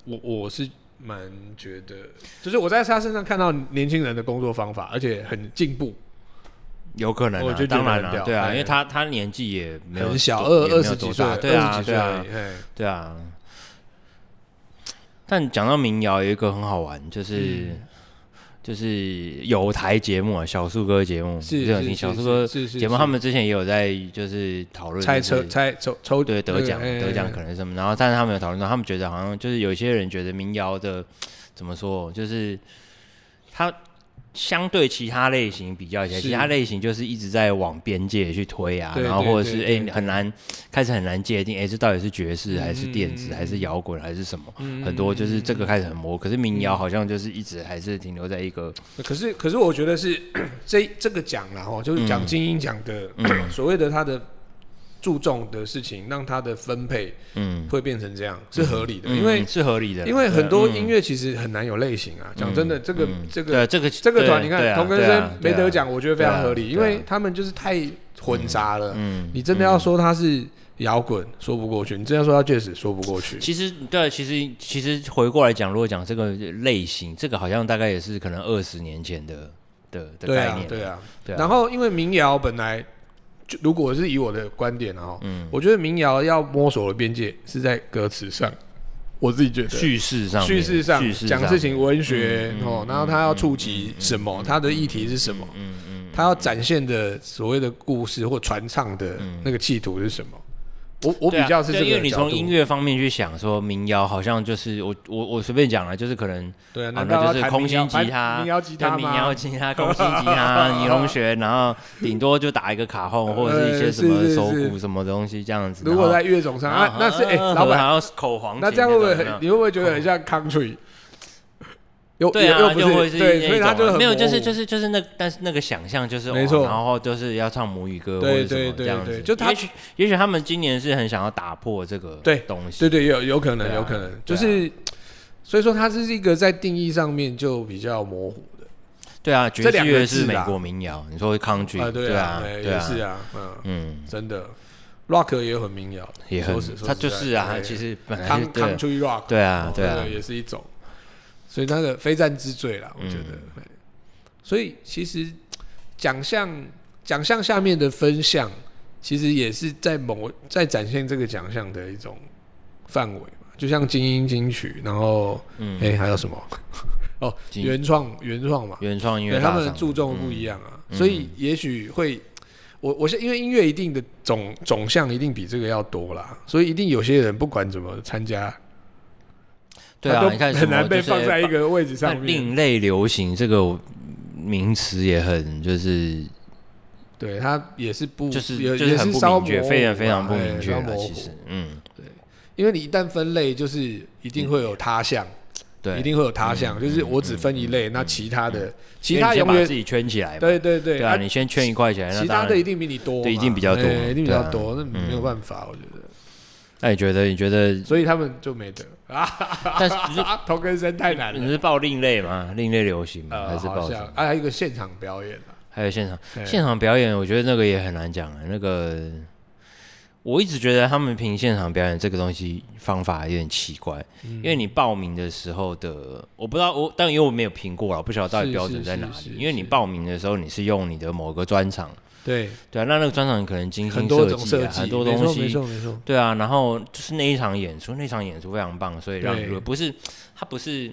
Speaker 1: 我我是。蛮觉得，就是我在他身上看到年轻人的工作方法，而且很进步，
Speaker 2: 有可能
Speaker 1: 我
Speaker 2: 啊
Speaker 1: 就，觉得
Speaker 2: 当然
Speaker 1: 很
Speaker 2: 了，
Speaker 1: 屌
Speaker 2: 对啊，
Speaker 1: 哎
Speaker 2: 因为他他年纪也没有
Speaker 1: 很小，
Speaker 2: 多
Speaker 1: 二
Speaker 2: 也没有
Speaker 1: 二十几
Speaker 2: 多
Speaker 1: 岁
Speaker 2: 大，对
Speaker 1: 二十
Speaker 2: 啊
Speaker 1: 几岁
Speaker 2: 对
Speaker 1: 而
Speaker 2: 啊
Speaker 1: 已，嘿
Speaker 2: 对啊。但讲到民谣，有一个很好玩，就是、
Speaker 1: 嗯
Speaker 2: 就是有台节目啊，小树哥节目，
Speaker 1: 是
Speaker 2: 嗯就是你
Speaker 1: 是
Speaker 2: 小树
Speaker 1: 是
Speaker 2: 哥
Speaker 1: 是是
Speaker 2: 节目，
Speaker 1: 是
Speaker 2: 他们之前也有在就是讨论
Speaker 1: 猜
Speaker 2: 就是
Speaker 1: 抽猜抽抽
Speaker 2: 对得奖
Speaker 1: 那个
Speaker 2: 得奖
Speaker 1: 哎
Speaker 2: 可能是什么，然后但是他们有讨论到，他们觉得好像就是有些人觉得民谣的怎么说，就是它相对其他类型比较起来，
Speaker 1: 是
Speaker 2: 其他类型就是一直在往边界去推啊，
Speaker 1: 对
Speaker 2: 然后或者
Speaker 1: 对
Speaker 2: 是哎、
Speaker 1: 对对
Speaker 2: 很难开始很难界定，哎、这到底是爵士还是电
Speaker 1: 嗯
Speaker 2: 子、
Speaker 1: 嗯嗯
Speaker 2: 还是摇滚还是什么，
Speaker 1: 嗯
Speaker 2: 很多就是这个开始很模糊，可是民谣
Speaker 1: 嗯
Speaker 2: 好像就是一直还是停留在一个
Speaker 1: 可是可是我觉得是 这这个奖啦哦，就是讲
Speaker 2: 嗯
Speaker 1: 精英奖的、
Speaker 2: 嗯
Speaker 1: 所谓的他的注重的事情，让他的分配
Speaker 2: 嗯，
Speaker 1: 会变成这样是合理的，
Speaker 2: 嗯
Speaker 1: 因为
Speaker 2: 嗯是合理的，
Speaker 1: 因为
Speaker 2: 对
Speaker 1: 很多
Speaker 2: 嗯
Speaker 1: 音乐其实很难有类型啊。讲真的，这个
Speaker 2: 嗯
Speaker 1: 这
Speaker 2: 对
Speaker 1: 个
Speaker 2: 这个
Speaker 1: 这个团，
Speaker 2: 对
Speaker 1: 你
Speaker 2: 对
Speaker 1: 看
Speaker 2: 啊
Speaker 1: 童根
Speaker 2: 对啊
Speaker 1: 生没
Speaker 2: 对
Speaker 1: 得
Speaker 2: 啊
Speaker 1: 奖，我觉得非常
Speaker 2: 对啊
Speaker 1: 合理，因
Speaker 2: 对啊
Speaker 1: 为他们就是太混杂了。
Speaker 2: 嗯
Speaker 1: 你真的要说他是摇滚，说不过去；你真的要说他 jazz，说不过去。
Speaker 2: 其实对，其实其实回过来讲，如果讲这个类型，这个好像大概也是可能二十年前的的的
Speaker 1: 对
Speaker 2: 概
Speaker 1: 啊
Speaker 2: 念，，
Speaker 1: 对啊。
Speaker 2: 对啊
Speaker 1: 然后因为民谣本来就如果是以我的观点啊，嗯，我觉得民谣要摸索的边界是在歌词上，我自己觉得。
Speaker 2: 叙事上面
Speaker 1: 叙事上
Speaker 2: 叙事
Speaker 1: 讲事情，文学
Speaker 2: 嗯嗯
Speaker 1: 哦，
Speaker 2: 嗯
Speaker 1: 然后他要触及什么，他的议题是什么，
Speaker 2: 嗯嗯，
Speaker 1: 他要展现的所谓的故事或传唱的那个企图是什么？我我
Speaker 2: 对啊
Speaker 1: 比较是这个
Speaker 2: 对因为你从
Speaker 1: 角度
Speaker 2: 音乐方面去想，说民谣好像就是我我我随便讲了，就是可能
Speaker 1: 对啊，
Speaker 2: 啊
Speaker 1: 难，道
Speaker 2: 那
Speaker 1: 要
Speaker 2: 就是
Speaker 1: 弹
Speaker 2: 空
Speaker 1: 民谣
Speaker 2: 心吉他、
Speaker 1: 民谣吉他
Speaker 2: 对民
Speaker 1: 吗？
Speaker 2: 谣吉他、 空心 吉他、尼龙弦，然后顶多就打一个卡后或者是一些
Speaker 1: 呃
Speaker 2: 什么
Speaker 1: 是是
Speaker 2: 手
Speaker 1: 是
Speaker 2: 鼓什么东西这样子。
Speaker 1: 如果在乐种上，
Speaker 2: 然
Speaker 1: 啊
Speaker 2: 后，
Speaker 1: 那是哎，
Speaker 2: 啊
Speaker 1: 老板
Speaker 2: 还要口黄琴种，
Speaker 1: 那这样会不会
Speaker 2: 有没有
Speaker 1: 很？你会不会觉得很像 country？又
Speaker 2: 哦对啊，
Speaker 1: 又又
Speaker 2: 就
Speaker 1: 不
Speaker 2: 会
Speaker 1: 是
Speaker 2: 是
Speaker 1: 对，
Speaker 2: 那
Speaker 1: 所以
Speaker 2: 一
Speaker 1: 他
Speaker 2: 种
Speaker 1: 就
Speaker 2: 啊
Speaker 1: 很
Speaker 2: 没有，就是
Speaker 1: 模糊
Speaker 2: 就是就是那，但是那个想象就是
Speaker 1: 没
Speaker 2: 哦
Speaker 1: 错
Speaker 2: 然后就是要唱母语歌或
Speaker 1: 对
Speaker 2: 者什
Speaker 1: 对
Speaker 2: 么
Speaker 1: 对
Speaker 2: 这样子。
Speaker 1: 对就他
Speaker 2: 也许也许他们今年是很想要打破这个
Speaker 1: 对
Speaker 2: 东西，
Speaker 1: 对对，有有可能，
Speaker 2: 对啊
Speaker 1: 有可能
Speaker 2: 对啊
Speaker 1: 就是，所以说它是一个在定义上面就比较模糊的
Speaker 2: 对啊，爵
Speaker 1: 这
Speaker 2: 士
Speaker 1: 两个
Speaker 2: 乐
Speaker 1: 字
Speaker 2: 是
Speaker 1: 啊
Speaker 2: 美国民谣，你说 country
Speaker 1: 啊，对
Speaker 2: 啊
Speaker 1: 啊，哎
Speaker 2: 对
Speaker 1: 也
Speaker 2: 啊
Speaker 1: 是，啊，嗯，
Speaker 2: 嗯，
Speaker 1: 真的，rock 也有很民谣，
Speaker 2: 也很
Speaker 1: 说实说
Speaker 2: 他
Speaker 1: 实
Speaker 2: 就
Speaker 1: 在哎
Speaker 2: 是啊，
Speaker 1: 对
Speaker 2: 其实本来是
Speaker 1: Coun-
Speaker 2: 对
Speaker 1: country rock，
Speaker 2: 对啊
Speaker 1: 哦
Speaker 2: 对
Speaker 1: 那
Speaker 2: 啊
Speaker 1: 个，也是一种，所以那个非战之罪啦，我觉
Speaker 2: 嗯
Speaker 1: 得。哎所以其实奖项奖项下面的分项，其实也是在某在展现这个奖项的一种范围嘛，就像精英金曲，然后
Speaker 2: 嗯
Speaker 1: 哎、还有什么？ 哦，
Speaker 2: 金
Speaker 1: 原创原创嘛，
Speaker 2: 原创音乐
Speaker 1: 对他
Speaker 2: 大
Speaker 1: 们
Speaker 2: 赏，嗯
Speaker 1: 注重不一样啊，所以也许会，我我是因为音乐一定的总总项一定比这个要多啦，所以一定有些人不管怎么参加，
Speaker 2: 对
Speaker 1: 他
Speaker 2: 啊，
Speaker 1: 都
Speaker 2: 你看什
Speaker 1: 很
Speaker 2: 么
Speaker 1: 难被
Speaker 2: 就是
Speaker 1: 放在一
Speaker 2: 把
Speaker 1: 个位置
Speaker 2: 那
Speaker 1: 上面，
Speaker 2: 另类流行这个名词也很就是
Speaker 1: 对他也是不
Speaker 2: 就是
Speaker 1: 嗯也
Speaker 2: 就是
Speaker 1: 也
Speaker 2: 很
Speaker 1: 是
Speaker 2: 不
Speaker 1: 稍模
Speaker 2: 明确，
Speaker 1: 糊
Speaker 2: 非常非
Speaker 1: 嘛
Speaker 2: 常不
Speaker 1: 哎
Speaker 2: 明确
Speaker 1: 稍
Speaker 2: 了。
Speaker 1: 模糊
Speaker 2: 其实，嗯，
Speaker 1: 因为你一旦分类，就是一定会有他项，
Speaker 2: 对，嗯
Speaker 1: 一定会有他项，就是我只分一类，那其他的其
Speaker 2: 因为你
Speaker 1: 他
Speaker 2: 先
Speaker 1: 永
Speaker 2: 把
Speaker 1: 远
Speaker 2: 自己圈起来嘛，
Speaker 1: 对对对
Speaker 2: 对啊，
Speaker 1: 啊
Speaker 2: 你先圈一块起来，那
Speaker 1: 其
Speaker 2: 当
Speaker 1: 他
Speaker 2: 然
Speaker 1: 的一定比你多嘛，
Speaker 2: 对一定比较多
Speaker 1: 哎一定比较
Speaker 2: 对啊
Speaker 1: 多，那没有办法，我觉得。
Speaker 2: 那你觉得你 觉得
Speaker 1: 所以他们就没得 啊。
Speaker 2: 但是你是
Speaker 1: 啊， 头根生太难
Speaker 2: 你
Speaker 1: 了，
Speaker 2: 是报另类吗？另类流行吗？嗯还
Speaker 1: 呃，
Speaker 2: 是
Speaker 1: 好
Speaker 2: 报什
Speaker 1: 像
Speaker 2: 么？
Speaker 1: 啊，还有一个现场表演啊，
Speaker 2: 还有现场
Speaker 1: 对
Speaker 2: 现场表演，我觉得那个也很难讲啊。那个我一直觉得他们凭现场表演这个东西方法有点奇怪，
Speaker 1: 嗯
Speaker 2: 因为你报名的时候的，我不知道我，但因为我没有评过了，我不晓得到底
Speaker 1: 是
Speaker 2: 标
Speaker 1: 是
Speaker 2: 准在
Speaker 1: 是
Speaker 2: 哪
Speaker 1: 是
Speaker 2: 里。因为你
Speaker 1: 是
Speaker 2: 报名的时候，你是用你的某个专场，
Speaker 1: 对，
Speaker 2: 对啊，那那个专场可能精心
Speaker 1: 很多种
Speaker 2: 计
Speaker 1: 设
Speaker 2: 啊，
Speaker 1: 计，
Speaker 2: 很多东
Speaker 1: 没
Speaker 2: 西，
Speaker 1: 错没错没错，
Speaker 2: 对啊，然后就是那一场演出，那场演出非常棒，所以让你
Speaker 1: 对
Speaker 2: 如果不是它不是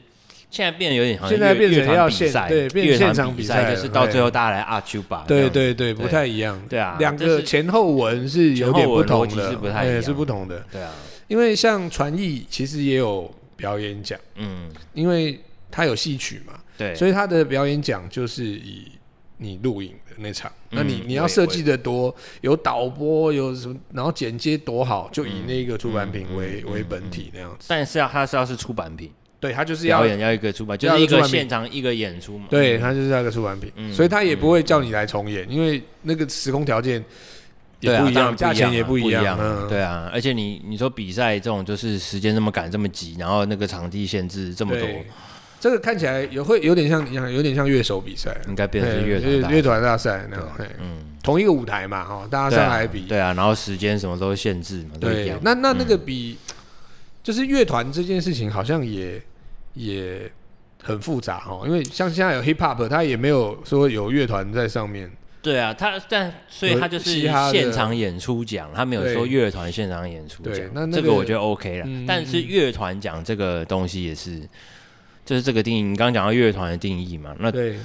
Speaker 2: 现在变得有点好像
Speaker 1: 现在
Speaker 2: 乐
Speaker 1: 变成
Speaker 2: 乐团
Speaker 1: 要
Speaker 2: 比
Speaker 1: 现
Speaker 2: 赛，
Speaker 1: 对变
Speaker 2: 乐团
Speaker 1: 现场
Speaker 2: 比
Speaker 1: 比赛了
Speaker 2: 就是到
Speaker 1: 对
Speaker 2: 最后大家来阿丘吧，这
Speaker 1: 对
Speaker 2: 样子，
Speaker 1: 对对，不太一样，
Speaker 2: 啊对啊
Speaker 1: 两
Speaker 2: 这
Speaker 1: 个
Speaker 2: 是
Speaker 1: 前后文是有点不同
Speaker 2: 前后文
Speaker 1: 的，
Speaker 2: 逻辑是不太一
Speaker 1: 哎
Speaker 2: 样
Speaker 1: 是不同的，
Speaker 2: 对啊，
Speaker 1: 因为像传艺其实也有表演奖，
Speaker 2: 嗯，
Speaker 1: 因为它有戏曲嘛，
Speaker 2: 对，
Speaker 1: 所以他的表演奖就是以你录影的那场，
Speaker 2: 嗯
Speaker 1: 那你你要设计的多，有导播，有什么，然后剪接多好，就
Speaker 2: 嗯
Speaker 1: 以那个出版品为、为本体那样子。
Speaker 2: 但是要它是要是出版品，
Speaker 1: 对，他就是要
Speaker 2: 表，演要一个出版，就
Speaker 1: 要
Speaker 2: 是
Speaker 1: 一
Speaker 2: 一
Speaker 1: 个出
Speaker 2: 个
Speaker 1: 版品
Speaker 2: 现场一个演出嘛。
Speaker 1: 对，他就是那个出版品，
Speaker 2: 嗯
Speaker 1: 所以他也不会叫你来重演，因为那个时空条件
Speaker 2: 对
Speaker 1: 也
Speaker 2: 啊，
Speaker 1: 不一
Speaker 2: 当然
Speaker 1: 样，
Speaker 2: 不
Speaker 1: 价钱也
Speaker 2: 不
Speaker 1: 一
Speaker 2: 样啊，
Speaker 1: 嗯，
Speaker 2: 对啊，而且你你说比赛这种就是时间这么赶这么急，然后那个场地限制这么多，
Speaker 1: 对。这个看起来也会有点像，一样，有点像乐手比赛，
Speaker 2: 应该变成是乐
Speaker 1: 对
Speaker 2: 团大
Speaker 1: 乐团大赛那样，嘿
Speaker 2: 嗯，
Speaker 1: 同一个舞台嘛，哈，大家
Speaker 2: 对啊
Speaker 1: 上来比，
Speaker 2: 对啊，然后时间什么都限制嘛，都一
Speaker 1: 对
Speaker 2: 样，。嗯
Speaker 1: 那那那个比、就是乐团这件事情，好像也也很复杂哦，因为像现在有 hip hop，它也没有说有乐团在上面，
Speaker 2: 对啊，他但所以他就是
Speaker 1: 嘻哈的
Speaker 2: 现场演出奖，他没有
Speaker 1: 对
Speaker 2: 说乐团现场演出
Speaker 1: 对
Speaker 2: 奖，
Speaker 1: 那那
Speaker 2: 这
Speaker 1: 个
Speaker 2: 我觉得 OK 了。
Speaker 1: 嗯
Speaker 2: 但是乐团奖这个东西也是，就是这个定义，你刚刚讲到乐团的定义嘛，那
Speaker 1: 对，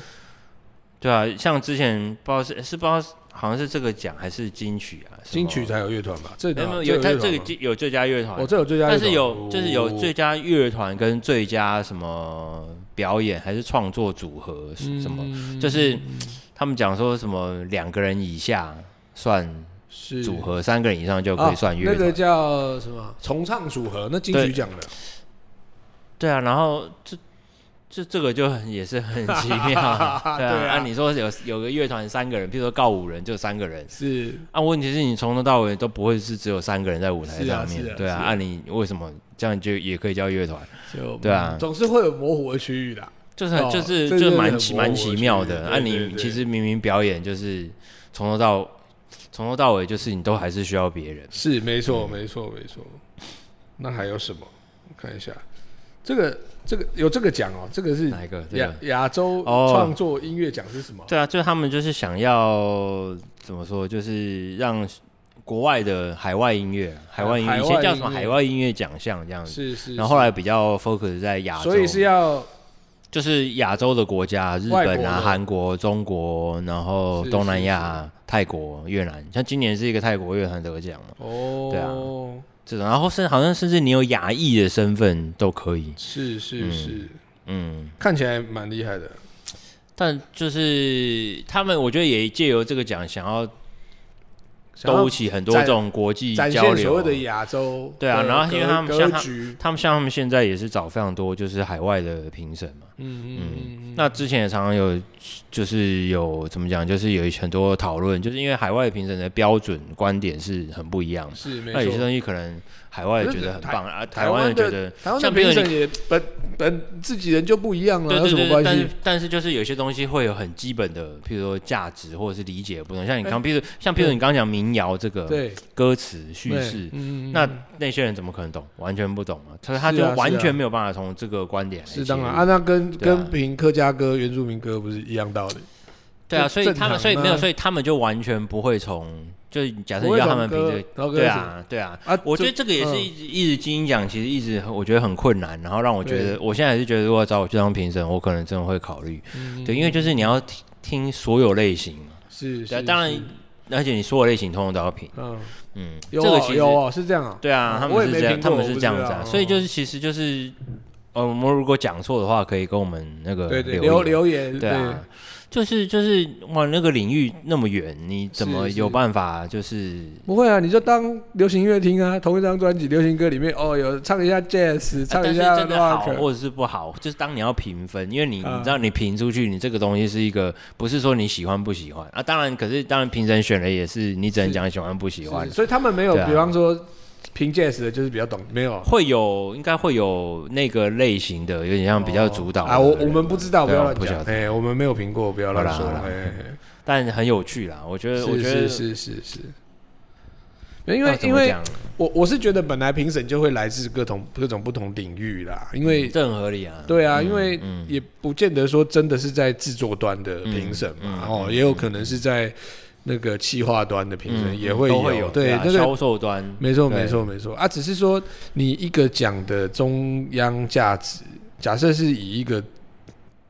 Speaker 2: 对啊，像之前不知道是是不知道好像是这个奖还是金曲啊，什
Speaker 1: 金
Speaker 2: 么
Speaker 1: 曲才有乐团吧？这
Speaker 2: 没有没有
Speaker 1: 有
Speaker 2: 有他
Speaker 1: 乐
Speaker 2: 这
Speaker 1: 团
Speaker 2: 个
Speaker 1: 吗
Speaker 2: 金有最佳乐团
Speaker 1: 哦，，这有最佳乐团，
Speaker 2: 但是有就是有
Speaker 1: 哦
Speaker 2: 最佳乐团跟最佳什么表演还是创作组合
Speaker 1: 嗯
Speaker 2: 是什么，就是他们讲说什么两个人以下算
Speaker 1: 是
Speaker 2: 组合，三个人以上就可以算乐
Speaker 1: 啊，那
Speaker 2: 团。
Speaker 1: 个叫什么重唱组合，那金曲
Speaker 2: 对
Speaker 1: 奖的，
Speaker 2: 对啊，然后这这这个就很也是很奇 妙，对啊。
Speaker 1: 对啊
Speaker 2: 你说有有个乐团三个人，譬如说告五人就三个人。
Speaker 1: 是
Speaker 2: 啊，问题是你从头到尾都不会是只有三个人在舞台
Speaker 1: 是啊
Speaker 2: 上面，
Speaker 1: 是啊
Speaker 2: 对啊，
Speaker 1: 是啊
Speaker 2: 啊你为什么这样就也可以叫乐团？
Speaker 1: 就
Speaker 2: 对啊
Speaker 1: 总是会有模糊的区域的。
Speaker 2: 就是、
Speaker 1: 哦
Speaker 2: 就是
Speaker 1: 这
Speaker 2: 就是
Speaker 1: 就
Speaker 2: 蛮
Speaker 1: 很
Speaker 2: 奇
Speaker 1: 模糊
Speaker 2: 蛮奇
Speaker 1: 的
Speaker 2: 妙
Speaker 1: 区别
Speaker 2: 的。
Speaker 1: 对
Speaker 2: 啊，
Speaker 1: 对
Speaker 2: 你
Speaker 1: 对
Speaker 2: 其实明明表演就是从头到从头到尾，就是你都还是需嗯要别人。
Speaker 1: 是，没错，没错，没错。那还有什么？我看一下，这个这个有这个奖哦，这个是
Speaker 2: 哪一个？这
Speaker 1: 亚
Speaker 2: 个？
Speaker 1: 亚洲
Speaker 2: 哦
Speaker 1: 创作音乐奖是什么？
Speaker 2: 对啊，就他们就是想要怎么说，就是让国外的海外音乐、海外音
Speaker 1: 海
Speaker 2: 乐，以
Speaker 1: 外
Speaker 2: 前叫什么
Speaker 1: 音乐
Speaker 2: 海外音乐奖项这样子。
Speaker 1: 是是。
Speaker 2: 然后后来比较 focus 在亚
Speaker 1: 是，
Speaker 2: 洲，
Speaker 1: 所以是要
Speaker 2: 就是亚洲的国家，日
Speaker 1: 外国
Speaker 2: 本啊、
Speaker 1: 的
Speaker 2: 韩国、中国，然后
Speaker 1: 是
Speaker 2: 东
Speaker 1: 是
Speaker 2: 南亚、泰国、越南，像今年是一个泰国乐团得奖嘛，
Speaker 1: 哦，
Speaker 2: 对啊这种，然后甚好像甚至你有亚裔的身份都可以，
Speaker 1: 是是
Speaker 2: 嗯
Speaker 1: 是，
Speaker 2: 嗯，
Speaker 1: 看起来蛮厉害的。
Speaker 2: 但就是他们，我觉得也借由这个奖，想要
Speaker 1: 想要
Speaker 2: 兜起很多这种国际
Speaker 1: 展
Speaker 2: 交
Speaker 1: 现所
Speaker 2: 流
Speaker 1: 谓。的亚洲
Speaker 2: 对啊
Speaker 1: 的
Speaker 2: 然后因为
Speaker 1: 格
Speaker 2: 他们像
Speaker 1: 格
Speaker 2: 他
Speaker 1: 局，
Speaker 2: 他们像他们现在也是找非常多就是海外的评审嘛，
Speaker 1: 嗯嗯嗯，
Speaker 2: 那之前也常常有就是有怎么讲，就是有很多讨论，就是因为海外评审的标准观点是很不一样的
Speaker 1: 嗯，是没
Speaker 2: 那有些
Speaker 1: 错。
Speaker 2: 东西可能海外觉得很棒啊，台湾
Speaker 1: 湾
Speaker 2: 人觉
Speaker 1: 的。
Speaker 2: 得
Speaker 1: 台湾的
Speaker 2: 像比如
Speaker 1: 评
Speaker 2: 你
Speaker 1: 审也本本自己人就不一样了，
Speaker 2: 对
Speaker 1: 有
Speaker 2: 对
Speaker 1: 什么
Speaker 2: 对，
Speaker 1: 关
Speaker 2: 但
Speaker 1: 系
Speaker 2: 是？但是就是有些东西会有很基本的，譬如说价值或者是理解不同。像你刚，譬如像譬如你刚刚讲民谣这个
Speaker 1: 对，
Speaker 2: 歌词叙
Speaker 1: 对
Speaker 2: 事，
Speaker 1: 嗯嗯嗯
Speaker 2: 呃那那些人怎么可能懂？完全不懂嘛，所以他
Speaker 1: 是
Speaker 2: 就
Speaker 1: 啊是
Speaker 2: 完
Speaker 1: 啊
Speaker 2: 全没有办法从这个观点来
Speaker 1: 是
Speaker 2: 切
Speaker 1: 当然
Speaker 2: 入
Speaker 1: 啊，那跟
Speaker 2: 对啊
Speaker 1: 跟评客家歌、原住民歌不是一样道理？
Speaker 2: 对啊，
Speaker 1: 就
Speaker 2: 所以
Speaker 1: 正
Speaker 2: 他们
Speaker 1: 常
Speaker 2: 所以没
Speaker 1: 啊
Speaker 2: 有，所以他们就完全不会从，就是假设
Speaker 1: 不会
Speaker 2: 你要他
Speaker 1: 从
Speaker 2: 们
Speaker 1: 歌
Speaker 2: 凭
Speaker 1: 然后歌
Speaker 2: 着，对
Speaker 1: 词
Speaker 2: 啊，对啊，
Speaker 1: 啊，
Speaker 2: 我觉得
Speaker 1: 就
Speaker 2: 这个也是
Speaker 1: 嗯
Speaker 2: 一直、一直金鹰奖，其实一直很我觉得很困难，然后让我觉得，我现在还是觉得，如果找我去当评审，我可能真的会考虑，对，因为就是你要听听所有类型嘛，
Speaker 1: 嗯是
Speaker 2: 对啊、
Speaker 1: 是
Speaker 2: 当然
Speaker 1: 是，
Speaker 2: 而且你所有类型通通都要评，
Speaker 1: 嗯，
Speaker 2: 嗯，
Speaker 1: 有
Speaker 2: 这个
Speaker 1: 哦
Speaker 2: 其实
Speaker 1: 有哦，是这样啊，
Speaker 2: 对
Speaker 1: 哦
Speaker 2: 啊，他
Speaker 1: 我也
Speaker 2: 们是
Speaker 1: 没
Speaker 2: 这样，
Speaker 1: 评
Speaker 2: 他
Speaker 1: 过
Speaker 2: 们
Speaker 1: 我
Speaker 2: 是
Speaker 1: 不
Speaker 2: 这样
Speaker 1: 知
Speaker 2: 子啊，
Speaker 1: 道
Speaker 2: 所以
Speaker 1: 哦
Speaker 2: 就是其实就是，呃，我们如果讲错的话，可以跟我们那个
Speaker 1: 对对，
Speaker 2: 留
Speaker 1: 留
Speaker 2: 言
Speaker 1: 留言
Speaker 2: 对啊，就是就是哇，那个领域那么远，你怎么
Speaker 1: 是是
Speaker 2: 有办法就是？
Speaker 1: 不会啊，你就当流行音乐听啊，同一张专辑流行歌里面哦，有唱一下 jazz，
Speaker 2: 啊
Speaker 1: 唱
Speaker 2: 但
Speaker 1: 一
Speaker 2: 是
Speaker 1: 下
Speaker 2: 真的好
Speaker 1: rock，
Speaker 2: 或者是不好，就是当你要评分，因为你、
Speaker 1: 啊
Speaker 2: 你知道你评出去，你这个东西是一个不是说你喜欢不喜欢啊。当然，可是当然评审选了也是你只能
Speaker 1: 是
Speaker 2: 讲喜欢不喜
Speaker 1: 是
Speaker 2: 欢
Speaker 1: 是，所以他们没有，
Speaker 2: 对啊
Speaker 1: 比方说评 jazz 的就是比较懂，没有
Speaker 2: 会有应该会有那个类型的，有点像比较主导的
Speaker 1: 啊，我
Speaker 2: 人
Speaker 1: 我们不知道，不
Speaker 2: 对啊
Speaker 1: 要乱
Speaker 2: 不晓
Speaker 1: 讲，
Speaker 2: 得
Speaker 1: 哎，我们没有评过，不要乱
Speaker 2: 好啦
Speaker 1: 说
Speaker 2: 好啦，
Speaker 1: 哎哎
Speaker 2: 但很有趣啦，我觉
Speaker 1: 哎
Speaker 2: 得呃我
Speaker 1: 是
Speaker 2: 觉
Speaker 1: 是
Speaker 2: 得
Speaker 1: 是是是，没有因
Speaker 2: 要
Speaker 1: 为
Speaker 2: 怎
Speaker 1: 因
Speaker 2: 么
Speaker 1: 为
Speaker 2: 讲
Speaker 1: 我我是觉得本来评审就会来自各种各种不同领域啦，因为
Speaker 2: 这很合理啊，
Speaker 1: 对啊，
Speaker 2: 嗯
Speaker 1: 因为
Speaker 2: 嗯
Speaker 1: 也不见得说真的是在制作端的评审
Speaker 2: 嗯
Speaker 1: 嘛，
Speaker 2: 嗯
Speaker 1: 哦，
Speaker 2: 嗯
Speaker 1: 也有可能是在那个企划端的评审也会
Speaker 2: 都会
Speaker 1: 有，
Speaker 2: 对
Speaker 1: 对
Speaker 2: 啊，
Speaker 1: 那个
Speaker 2: 销售端
Speaker 1: 没错
Speaker 2: 对
Speaker 1: 没错没错啊，只是说你一个奖的中央价值，假设是以一个。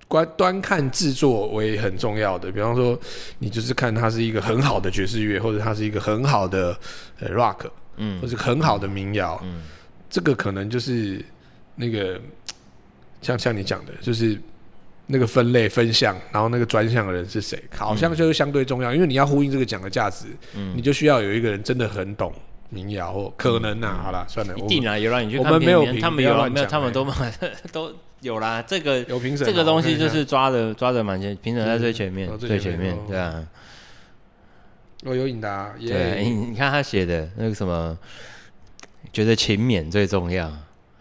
Speaker 1: 观端看制作为很重要的，比方说，你就是看它是一个很好的爵士乐，或者它是一个很好的呃 rock，
Speaker 2: 嗯
Speaker 1: 或者很好的民谣，
Speaker 2: 嗯
Speaker 1: 这个可能就是那个像像你讲的，就是那个分类分项，然后那个专项的人是谁，
Speaker 2: 嗯
Speaker 1: 好像就是相对重要，因为你要呼应这个奖的价值，你就需要有一个人真的很懂民谣，或可能啊，好啦，算了，
Speaker 2: 嗯一
Speaker 1: 我
Speaker 2: 定
Speaker 1: 们
Speaker 2: 啊，有啦，你去
Speaker 1: 我
Speaker 2: 看
Speaker 1: 们没有
Speaker 2: 片里
Speaker 1: 评
Speaker 2: 面他们
Speaker 1: 不要
Speaker 2: 有啦
Speaker 1: 乱
Speaker 2: 没有，
Speaker 1: 讲
Speaker 2: 他们
Speaker 1: 哎
Speaker 2: 都都有啦。这个
Speaker 1: 有评审啊，
Speaker 2: 这个东西
Speaker 1: 我看
Speaker 2: 就
Speaker 1: 一下
Speaker 2: 是抓的抓的蛮前，评审在最前面
Speaker 1: 嗯哦，最
Speaker 2: 最
Speaker 1: 前
Speaker 2: 前
Speaker 1: 面
Speaker 2: 面
Speaker 1: 哦，
Speaker 2: 对啊，
Speaker 1: 哦，有颖达，耶
Speaker 2: 对，啊你你看他写的那个什么，觉得勤勉最重要，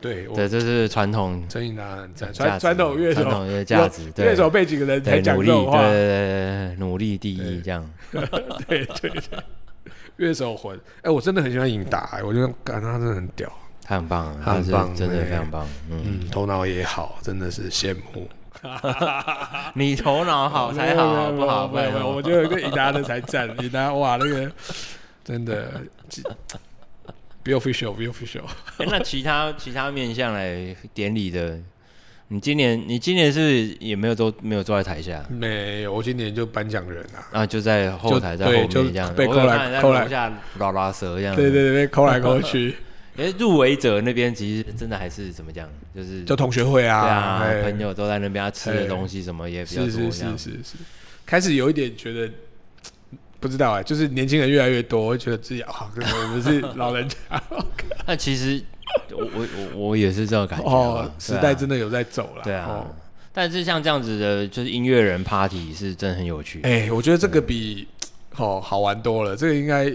Speaker 1: 对，我
Speaker 2: 对，这是传统
Speaker 1: 陈颖达很赞，
Speaker 2: 价
Speaker 1: 哦传
Speaker 2: 值
Speaker 1: 传统乐
Speaker 2: 传
Speaker 1: 手，
Speaker 2: 统乐价值，对
Speaker 1: 乐手被几个人才
Speaker 2: 对，
Speaker 1: 讲这
Speaker 2: 努力，对
Speaker 1: 种话，
Speaker 2: 对对对，努力第一这样。
Speaker 1: 对对对，乐手魂，哎、我真的很喜欢颖达、我觉得干他真的很屌，
Speaker 2: 他很棒，
Speaker 1: 他很
Speaker 2: 是
Speaker 1: 棒
Speaker 2: 真的
Speaker 1: 对
Speaker 2: 非常棒。嗯，
Speaker 1: 嗯，头脑也好，真的是羡慕。
Speaker 2: 你头脑好才好，好不好？
Speaker 1: 没有没有，我觉得跟颖达的才 赞，颖达哇那个真的，be official be official，
Speaker 2: 哎那其他其他面向来典礼的，你今年你今年是不是也没有都没有坐在台下
Speaker 1: 没有，我今年就颁奖人啊，
Speaker 2: 啊，就在后台
Speaker 1: 就
Speaker 2: 在后面
Speaker 1: 对就
Speaker 2: 这样，
Speaker 1: 被
Speaker 2: 我
Speaker 1: 扣
Speaker 2: 有
Speaker 1: 来
Speaker 2: 看你在
Speaker 1: 扣来
Speaker 2: 楼下拉拉舌这样。
Speaker 1: 对对，对，被抠来抠 去，
Speaker 2: 哎，入围者那边其实真的还是怎么讲，就是
Speaker 1: 就同学会
Speaker 2: 对
Speaker 1: 啊，
Speaker 2: 啊，
Speaker 1: 哎
Speaker 2: 朋友都在那边啊吃
Speaker 1: 哎
Speaker 2: 的东西什么也比较
Speaker 1: 是
Speaker 2: 多
Speaker 1: 是
Speaker 2: 这样
Speaker 1: 是。是是，开始有一点觉得不知道哎、就是年轻人越来越多，会觉得自己啊，我们是老人 家
Speaker 2: 啊那其实我我我我也是这种感觉
Speaker 1: 哦
Speaker 2: 啊，
Speaker 1: 时代
Speaker 2: 对啊
Speaker 1: 真的有在走了。
Speaker 2: 对啊
Speaker 1: 哦，
Speaker 2: 但是像这样子的，就是音乐人 party 是真的很有趣。
Speaker 1: 哎、我觉得这
Speaker 2: 嗯
Speaker 1: 个比哦好玩多了，这个应该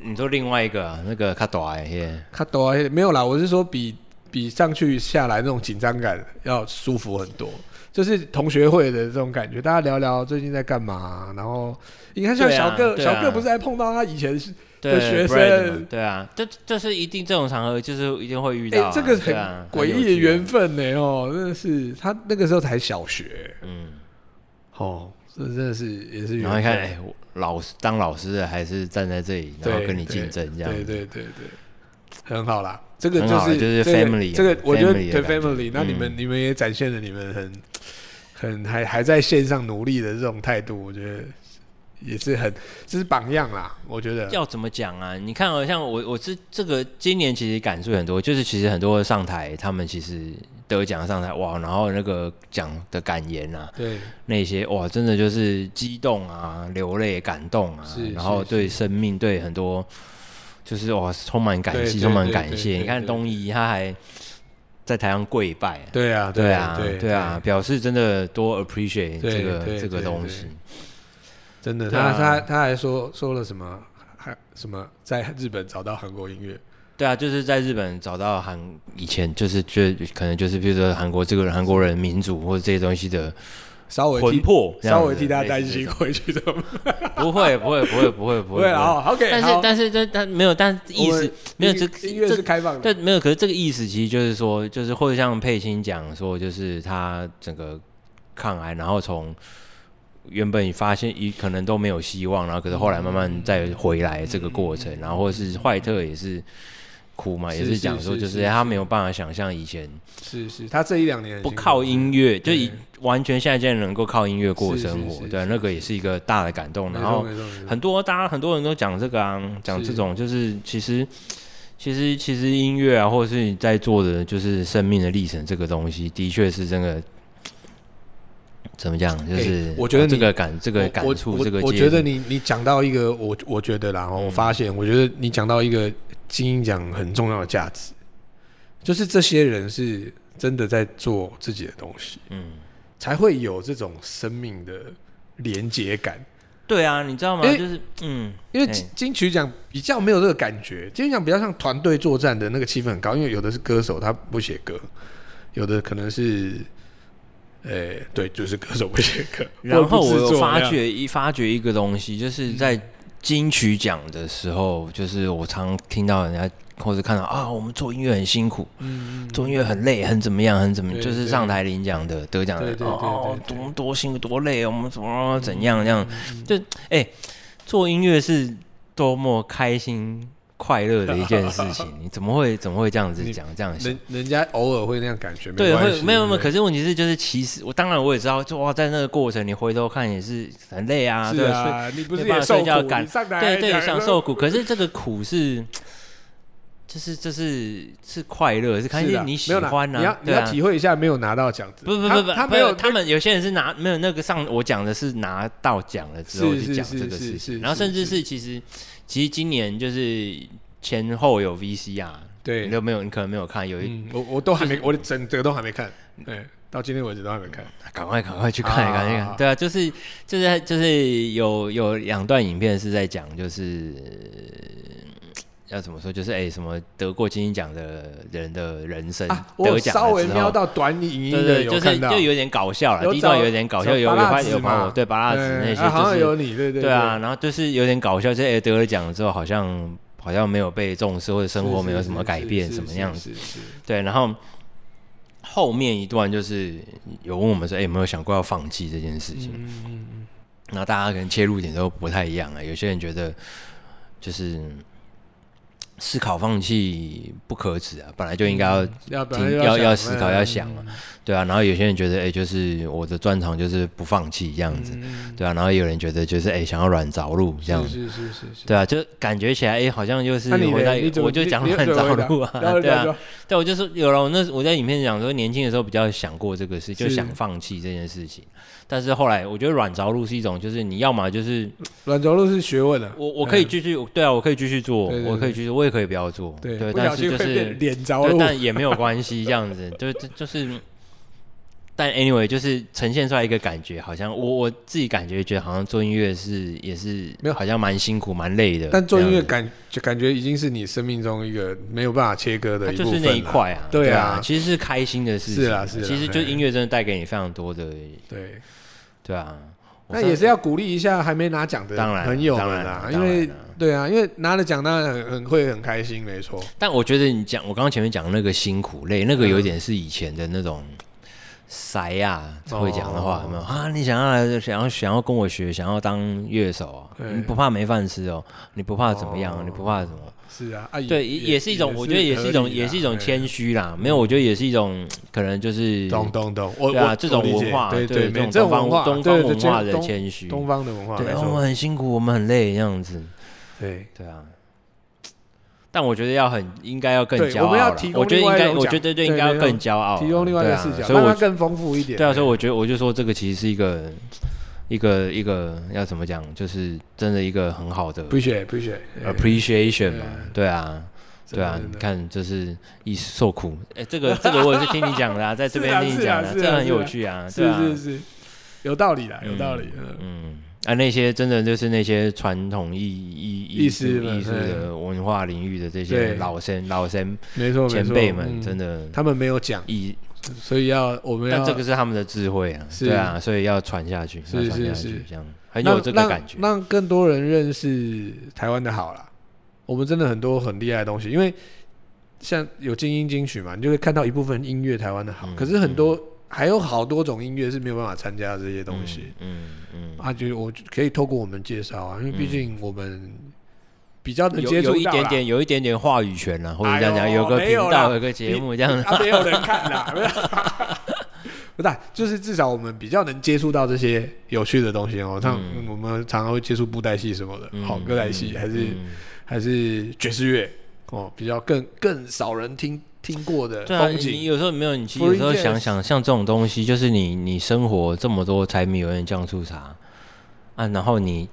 Speaker 2: 你说另外一个啊，那个卡朵哎耶，
Speaker 1: 看抖啊没有啦，我是说比比上去下来那种紧张感要舒服很多。就是同学会的这种感觉，大家聊聊最近在干嘛，然后你看像
Speaker 2: 对啊
Speaker 1: 小个、
Speaker 2: 对啊
Speaker 1: 小个不是还碰到他以前是
Speaker 2: 对
Speaker 1: 学
Speaker 2: Brad
Speaker 1: 生
Speaker 2: 嘛对啊，这这是一定这种场合就是一定会遇
Speaker 1: 哎、
Speaker 2: 到啊，
Speaker 1: 这个很
Speaker 2: 对啊
Speaker 1: 诡异的，
Speaker 2: 很有
Speaker 1: 缘
Speaker 2: 趣
Speaker 1: 分呢、哦，真的是他那个时候才小学
Speaker 2: 啊，嗯，
Speaker 1: 哦，这真的是也是缘分。
Speaker 2: 然后你看哎，我老师当老师的还是站在这里，
Speaker 1: 对，
Speaker 2: 然后跟你竞争这样，
Speaker 1: 对对对对，很好啦，这个
Speaker 2: 很好啦
Speaker 1: 是
Speaker 2: 就是
Speaker 1: 这个
Speaker 2: family
Speaker 1: 这个我觉得
Speaker 2: family 的
Speaker 1: 对
Speaker 2: 感觉嗯
Speaker 1: family，那你们、你们也展现了你们很很还还在线上努力的这种态度，我觉得也是很这是榜样啦，我觉得。
Speaker 2: 要怎么讲啊？你看、哦，像我，我是这个今年其实感触很多，就是其实很多上台，他们其实得奖上台哇，然后那个奖的感言啊，
Speaker 1: 对，
Speaker 2: 那些哇，真的就是激动啊、流泪、感动啊
Speaker 1: 是，
Speaker 2: 然后
Speaker 1: 是
Speaker 2: 对生命、对很多就是哇，充满感
Speaker 1: 对对
Speaker 2: 激，充满
Speaker 1: 对
Speaker 2: 感
Speaker 1: 对
Speaker 2: 谢。
Speaker 1: 对
Speaker 2: 你看
Speaker 1: 对
Speaker 2: 东仪他还在台上跪拜啊，
Speaker 1: 对啊，
Speaker 2: 对
Speaker 1: 啊
Speaker 2: 啊，，对啊，，表示真的多 appreciate
Speaker 1: 对
Speaker 2: 这个
Speaker 1: 对
Speaker 2: 这个
Speaker 1: 对
Speaker 2: 东
Speaker 1: 对
Speaker 2: 西。
Speaker 1: 真的，
Speaker 2: 对
Speaker 1: 他
Speaker 2: 啊
Speaker 1: 他他还说说了什么，还什么在日本找到韩国音乐，
Speaker 2: 对啊，就是在日本找到韩以前就是就可能就是比如说韩国这个人韩国人民族或者这些东 西的
Speaker 1: 稍微
Speaker 2: 魂
Speaker 1: 替
Speaker 2: 魄，这样
Speaker 1: 稍
Speaker 2: 子
Speaker 1: 微替他担心
Speaker 2: 类似
Speaker 1: 回去怎么
Speaker 2: 这种。不会不会不会不会不
Speaker 1: 不
Speaker 2: 会
Speaker 1: 会啦
Speaker 2: 不会
Speaker 1: 哦，OK，
Speaker 2: 但是
Speaker 1: 好
Speaker 2: 但是这但没有，但意
Speaker 1: 我
Speaker 2: 思
Speaker 1: 们
Speaker 2: 没有
Speaker 1: 音
Speaker 2: 这
Speaker 1: 音乐
Speaker 2: 这
Speaker 1: 是开放的，
Speaker 2: 对没有，可是这个意思其实就是说，就是或者像佩青讲说，就是他整个抗癌，然后从原本发现一可能都没有希望，然后可是后来慢慢再回来这个过程，然后或是坏特也是哭嘛，也
Speaker 1: 嗯是
Speaker 2: 是讲说
Speaker 1: 是
Speaker 2: 就是是他没有办法想象以前
Speaker 1: 是是，他这一两年很
Speaker 2: 不
Speaker 1: 辛苦
Speaker 2: 靠音乐，就
Speaker 1: 对
Speaker 2: 以完全现在竟然能够靠音乐过
Speaker 1: 是是
Speaker 2: 生
Speaker 1: 是
Speaker 2: 活，
Speaker 1: 是
Speaker 2: 对啊，那个也是一个大的感动，
Speaker 1: 没
Speaker 2: 然
Speaker 1: 错
Speaker 2: 后
Speaker 1: 没错没错，
Speaker 2: 很多大家很多人都讲这个啊，讲这种就是其实其实其实音乐啊，或者是你在做的就是生命的历程这个东西，的确是真的。怎么讲？就是、哦
Speaker 1: 哎我觉得你
Speaker 2: 这个感，这个
Speaker 1: 我
Speaker 2: 感
Speaker 1: 我
Speaker 2: 触，嗯
Speaker 1: 我
Speaker 2: 这个
Speaker 1: 我
Speaker 2: 介
Speaker 1: 觉得
Speaker 2: 入
Speaker 1: 你你讲到一个我我觉得啦，哦我发现我觉得你讲到一个精英奖很重要的价值，就是这些人是真的在做自己的东西，
Speaker 2: 嗯，
Speaker 1: 才会有这种生命的连结感。
Speaker 2: 对啊，你知道吗？
Speaker 1: 哎
Speaker 2: 就是嗯，
Speaker 1: 因为
Speaker 2: 哎
Speaker 1: 金金曲奖比较没有这个感觉，金曲奖比较像团队作战的那个气氛很高，因为有的是歌手他不写歌，有的可能是，呃、对，就是歌手不写 歌。
Speaker 2: 然后我
Speaker 1: 或者不制
Speaker 2: 有
Speaker 1: 作
Speaker 2: 发
Speaker 1: 那样，
Speaker 2: 觉一发觉一个东西，
Speaker 1: 嗯
Speaker 2: 就是在金曲奖的时候，就是我常听到人家或者看到啊，我们做音乐很辛苦，
Speaker 1: 嗯，
Speaker 2: 做音乐很累，很怎么样，很怎么，
Speaker 1: 对
Speaker 2: 就是上台领奖的得奖
Speaker 1: 对
Speaker 2: 的
Speaker 1: 对对
Speaker 2: 哦，
Speaker 1: 对对嗯
Speaker 2: 多多辛苦多累，我们怎么怎样这样，就哎，做音乐是多么开心快乐的一件事情，你怎么会怎么会这样 子
Speaker 1: 你
Speaker 2: 讲这样想？
Speaker 1: 人人家偶尔会那样感觉，
Speaker 2: 对，
Speaker 1: 关
Speaker 2: 会
Speaker 1: 系
Speaker 2: 没有没有，
Speaker 1: 对
Speaker 2: 可是问题是就是其实我当然我也知道，就哇，在那个过程你回头看也是很累啊，
Speaker 1: 是
Speaker 2: 对所以
Speaker 1: 啊，你不是
Speaker 2: 没办
Speaker 1: 也
Speaker 2: 法
Speaker 1: 受
Speaker 2: 睡 觉
Speaker 1: 苦，
Speaker 2: 感
Speaker 1: 你上台
Speaker 2: 对对，
Speaker 1: 讲
Speaker 2: 享
Speaker 1: 说
Speaker 2: 受苦，可是这个苦是就是这是是快乐，是看
Speaker 1: 是
Speaker 2: 见
Speaker 1: 啦
Speaker 2: 你喜
Speaker 1: 没有啦
Speaker 2: 欢
Speaker 1: 你要你
Speaker 2: 对
Speaker 1: 要
Speaker 2: 啊。
Speaker 1: 体会一下没有拿到奖的，
Speaker 2: 不不
Speaker 1: 他
Speaker 2: 不不，
Speaker 1: 他
Speaker 2: 不
Speaker 1: 没有
Speaker 2: 他们有些人是拿没有那个上，我讲的是拿到奖了之后
Speaker 1: 是
Speaker 2: 去
Speaker 1: 是
Speaker 2: 讲
Speaker 1: 是
Speaker 2: 这
Speaker 1: 是
Speaker 2: 个事
Speaker 1: 是
Speaker 2: 情，然后甚至
Speaker 1: 是
Speaker 2: 是其实其实今年就是前后有 VCR，
Speaker 1: 对
Speaker 2: 你都没有，你可能没有看，有一
Speaker 1: 嗯，我我都还没，我的整个都还没看，对，到今天为止都还没看。
Speaker 2: 啊赶快赶快去看
Speaker 1: 啊
Speaker 2: 一看，去看，对啊，就是就是就是有有两段影片是在讲，就是呃要怎么说，就是哎、什么得过金鹰奖的人的人生，
Speaker 1: 啊，我
Speaker 2: 得奖
Speaker 1: 稍
Speaker 2: 了
Speaker 1: 微
Speaker 2: 之
Speaker 1: 瞄
Speaker 2: 后
Speaker 1: 到短影音
Speaker 2: 对
Speaker 1: 的
Speaker 2: 对，
Speaker 1: 有
Speaker 2: 就是
Speaker 1: 看到，
Speaker 2: 就有点搞笑了，
Speaker 1: 有
Speaker 2: 第一段
Speaker 1: 找
Speaker 2: 有点搞笑，
Speaker 1: 找
Speaker 2: 有有
Speaker 1: 拔蜡
Speaker 2: 拍
Speaker 1: 子
Speaker 2: 有朋
Speaker 1: 嘛
Speaker 2: 友对拔蜡子那
Speaker 1: 对
Speaker 2: 些，
Speaker 1: 啊好
Speaker 2: 就
Speaker 1: 像
Speaker 2: 是
Speaker 1: 有你，对对
Speaker 2: 对啊，，然后就是有点搞笑，就是哎、得了奖之后，好像好像没有被重视，或者生活没有什么改变，什么样子？
Speaker 1: 子？是是是
Speaker 2: 对，然后后面一段就是有问我们说，哎、有没有想过要放弃这件事情？
Speaker 1: 嗯嗯嗯，
Speaker 2: 然后大家可能切入点都不太一样啊、有些人觉得就是思考放弃不可耻啊，本来就应该要
Speaker 1: 要嗯不
Speaker 2: 听
Speaker 1: 然
Speaker 2: 要
Speaker 1: 要
Speaker 2: 要思考要想啊对啊，然后有些人觉得，哎、就是我的专长就是不放弃这样子，
Speaker 1: 嗯
Speaker 2: 对啊，然后有人觉得就是，哎、想要软着陆这样子，
Speaker 1: 是是是是。
Speaker 2: 对啊，就感觉起来，哎、好像就是
Speaker 1: 那你
Speaker 2: 我
Speaker 1: 嘞
Speaker 2: 在
Speaker 1: 你怎么
Speaker 2: 我就讲
Speaker 1: 你你
Speaker 2: 软
Speaker 1: 怎么回
Speaker 2: 着
Speaker 1: 答
Speaker 2: 陆 啊，对
Speaker 1: 然后
Speaker 2: 啊，，对，我就说有了，我那我在影片讲说，年轻的时候比较想过这个事，就是想放弃这件事情，但是后来我觉得软着陆是一种，就是你要么就是
Speaker 1: 软着陆是学问啊，
Speaker 2: 我我可以继续，对啊，我可以继续做，
Speaker 1: 对对
Speaker 2: 我可以继续，我也可以不要做，
Speaker 1: 对，不小
Speaker 2: 但是
Speaker 1: 心
Speaker 2: 就
Speaker 1: 会
Speaker 2: 是
Speaker 1: 变脸着
Speaker 2: 对，
Speaker 1: 陆，
Speaker 2: 但也没有关系，这样子，就就就是，但 anyway，就是呈现出来一个感觉，好像我我自己感觉觉得好像做音乐是也是
Speaker 1: 没有
Speaker 2: 好像蛮辛苦蛮累的，
Speaker 1: 但做音乐
Speaker 2: 这样子
Speaker 1: 感就感觉已经是你生命中一个没有办法切割的
Speaker 2: 它
Speaker 1: 一
Speaker 2: 就
Speaker 1: 部
Speaker 2: 是
Speaker 1: 分
Speaker 2: 那一
Speaker 1: 啦，
Speaker 2: 块啊，
Speaker 1: 对啊
Speaker 2: 对其实是开心的事情，啊
Speaker 1: 是啦是啦啊
Speaker 2: 其实就音乐真的带给你非常多的，
Speaker 1: 对。
Speaker 2: 对啊，我
Speaker 1: 那
Speaker 2: 上
Speaker 1: 也是要鼓励一下还没拿奖的
Speaker 2: 当然
Speaker 1: 朋友们
Speaker 2: 当
Speaker 1: 啊，
Speaker 2: 然
Speaker 1: 因为
Speaker 2: 当然啊
Speaker 1: 对啊，因为拿了奖当然很很会很开心，没错。
Speaker 2: 但我觉得你讲，我刚刚前面讲那个辛苦累，那个有一点是以前的那种塞啊，
Speaker 1: 哦
Speaker 2: 会讲的话，有没有啊？你想要来，想要想要跟我学，想要当乐手啊？
Speaker 1: 对
Speaker 2: 你不怕没饭吃哦？你不怕怎么样？
Speaker 1: 哦
Speaker 2: 你不怕什么？
Speaker 1: 是啊，啊
Speaker 2: 对，也也是一种，我觉得也是一
Speaker 1: 合
Speaker 2: 种，
Speaker 1: 理啦啊哎
Speaker 2: 也是一种
Speaker 1: 对
Speaker 2: 谦虚啦。没有，我觉得也是一种，可能就是
Speaker 1: 懂懂懂，我
Speaker 2: 对啊，
Speaker 1: 我
Speaker 2: 这种
Speaker 1: 我理解
Speaker 2: 文化，
Speaker 1: 对
Speaker 2: 对，
Speaker 1: 没这
Speaker 2: 这种
Speaker 1: 种
Speaker 2: 东
Speaker 1: 文
Speaker 2: 方
Speaker 1: 化，
Speaker 2: 东
Speaker 1: 对
Speaker 2: 方
Speaker 1: 对
Speaker 2: 文
Speaker 1: 这
Speaker 2: 化的
Speaker 1: 东
Speaker 2: 谦虚，
Speaker 1: 东方的文化，
Speaker 2: 对，
Speaker 1: 没
Speaker 2: 哦我们
Speaker 1: 错，
Speaker 2: 很辛苦，我们很累，这样子。
Speaker 1: 对，
Speaker 2: 对啊，但我觉得要很应该要更
Speaker 1: 对
Speaker 2: 骄傲啦。
Speaker 1: 我们要提供
Speaker 2: 我觉得
Speaker 1: 另
Speaker 2: 应
Speaker 1: 外一
Speaker 2: 该，
Speaker 1: 种
Speaker 2: 我
Speaker 1: 讲
Speaker 2: 觉得就
Speaker 1: 对
Speaker 2: 应该要
Speaker 1: 对
Speaker 2: 更骄傲啦，
Speaker 1: 提供另外一
Speaker 2: 对
Speaker 1: 个
Speaker 2: 啊
Speaker 1: 视角，
Speaker 2: 所以
Speaker 1: 让它
Speaker 2: 我
Speaker 1: 更丰富一点。
Speaker 2: 对啊，所以我觉得我就说这个其实是一个一个一个要怎么讲，就是真的一个很好的
Speaker 1: 不学不学，哎
Speaker 2: appreciation 嘛
Speaker 1: 嗯，
Speaker 2: 对啊。
Speaker 1: 真
Speaker 2: 对
Speaker 1: 的
Speaker 2: 啊，
Speaker 1: 真
Speaker 2: 你
Speaker 1: 的
Speaker 2: 看，就是一受苦，哎，这个这个我也是听你讲的啊，在这边
Speaker 1: 是啊
Speaker 2: 听你
Speaker 1: 是啊
Speaker 2: 讲的啊，
Speaker 1: 是啊
Speaker 2: 这个很
Speaker 1: 是啊
Speaker 2: 有趣啊，对啊，
Speaker 1: 是是是，有道理的，有道理。嗯
Speaker 2: 嗯，啊，那些真的就是那些传统艺艺
Speaker 1: 艺
Speaker 2: 艺术
Speaker 1: 师们哎
Speaker 2: 艺术的文化领域的这
Speaker 1: 对
Speaker 2: 些老生老生
Speaker 1: 没错没
Speaker 2: 前
Speaker 1: 错，
Speaker 2: 辈们，
Speaker 1: 嗯
Speaker 2: 真的
Speaker 1: 他们没有讲，
Speaker 2: 艺，
Speaker 1: 所以要我们
Speaker 2: 但
Speaker 1: 要
Speaker 2: 这个是他们的智慧啊，
Speaker 1: 是
Speaker 2: 对啊，所以要传下去，
Speaker 1: 是
Speaker 2: 要传下
Speaker 1: 是
Speaker 2: 去
Speaker 1: 是，
Speaker 2: 这样很
Speaker 1: 让
Speaker 2: 有这个感觉。嗯
Speaker 1: 让让更多人认识台湾的好啦。我们真的很多很厉害的东西，因为像有精英金曲嘛，你就会看到一部分音乐台湾的好，
Speaker 2: 嗯
Speaker 1: 可是很多、还有好多种音乐是没有办法参加这些东西、
Speaker 2: 嗯，嗯嗯，
Speaker 1: 啊，就是我可以透过我们介绍啊，因为毕竟我们比较能
Speaker 2: 有
Speaker 1: 接触
Speaker 2: 有一
Speaker 1: 到
Speaker 2: 点
Speaker 1: 啦
Speaker 2: 点，有一点点话语权了，或者这样讲，
Speaker 1: 哎呦
Speaker 2: 个
Speaker 1: 没
Speaker 2: 频
Speaker 1: 有啦
Speaker 2: 道，有个节目这样子，
Speaker 1: 啊，没有人看啦， 没有不是啊、就是至少我们比较能接触到这些有趣的东西哦。像、
Speaker 2: 嗯
Speaker 1: 我们常常会接触布袋戏什么的，
Speaker 2: 嗯
Speaker 1: 好、歌仔戏
Speaker 2: 嗯
Speaker 1: 还是、
Speaker 2: 嗯
Speaker 1: 还是爵士乐哦，比较更更少人听听过的
Speaker 2: 对啊，
Speaker 1: 风
Speaker 2: 你
Speaker 1: 景。
Speaker 2: 有时候没有，你其实
Speaker 1: Free
Speaker 2: 有时候
Speaker 1: jazz
Speaker 2: 想想，像这种东西，就是你你生活这么多柴米油盐酱醋茶啊，然后你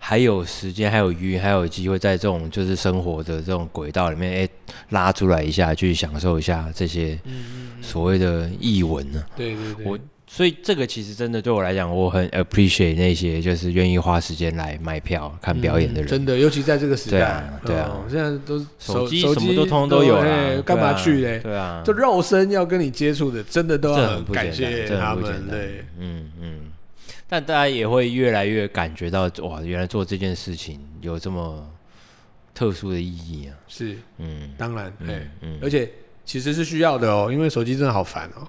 Speaker 2: 还有时间，还有余裕，还有机会在这种就是生活的这种轨道里面，哎、拉出来一下，去享受一下这些
Speaker 1: 嗯嗯嗯，
Speaker 2: 所谓的译文呢、
Speaker 1: 对对对，
Speaker 2: 我所以这个其实真的对我来讲，我很 appreciate 那些就是愿意花时间来买票看表演的
Speaker 1: 嗯
Speaker 2: 人。
Speaker 1: 真的，尤其在这个时代，
Speaker 2: 对啊对啊
Speaker 1: 哦现在都是
Speaker 2: 手机
Speaker 1: 手
Speaker 2: 什么都通通都有
Speaker 1: 哎
Speaker 2: 啦，
Speaker 1: 干嘛
Speaker 2: 对啊
Speaker 1: 去嘞？
Speaker 2: 对啊，
Speaker 1: 就肉身要跟你接触的，真的都
Speaker 2: 这
Speaker 1: 要
Speaker 2: 很不简
Speaker 1: 感
Speaker 2: 单
Speaker 1: 谢
Speaker 2: 这
Speaker 1: 他
Speaker 2: 很不简
Speaker 1: 们，
Speaker 2: 单
Speaker 1: 对，
Speaker 2: 嗯嗯，但大家也会越来越感觉到，哇，原来做这件事情有这么特殊的意义啊！
Speaker 1: 是
Speaker 2: 嗯，
Speaker 1: 当然，哎、
Speaker 2: 嗯嗯，
Speaker 1: 而且其实是需要的哦，因为手机真的好烦哦，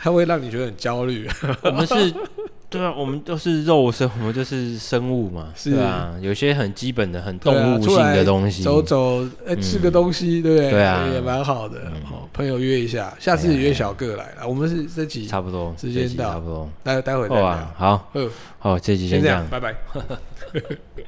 Speaker 1: 它会让你觉得很焦虑。
Speaker 2: 我们是， 对啊，我们都是肉身，我们就是生物嘛，
Speaker 1: 是
Speaker 2: 对啊，有些很基本的、很
Speaker 1: 对啊
Speaker 2: 动物性的东西，
Speaker 1: 走走，哎、
Speaker 2: 嗯
Speaker 1: 吃个东西，对不对？
Speaker 2: 对啊
Speaker 1: 也蛮好的、
Speaker 2: 嗯哎
Speaker 1: 哦。朋友约一下，下次约小个来了。我们是这集，
Speaker 2: 差不多，
Speaker 1: 时间
Speaker 2: 这集
Speaker 1: 到
Speaker 2: 差不多，
Speaker 1: 待待会再
Speaker 2: 哦
Speaker 1: 聊。
Speaker 2: 啊，好
Speaker 1: 嗯，
Speaker 2: 好，这集
Speaker 1: 先
Speaker 2: 先这
Speaker 1: 这
Speaker 2: 样
Speaker 1: 样，。拜拜。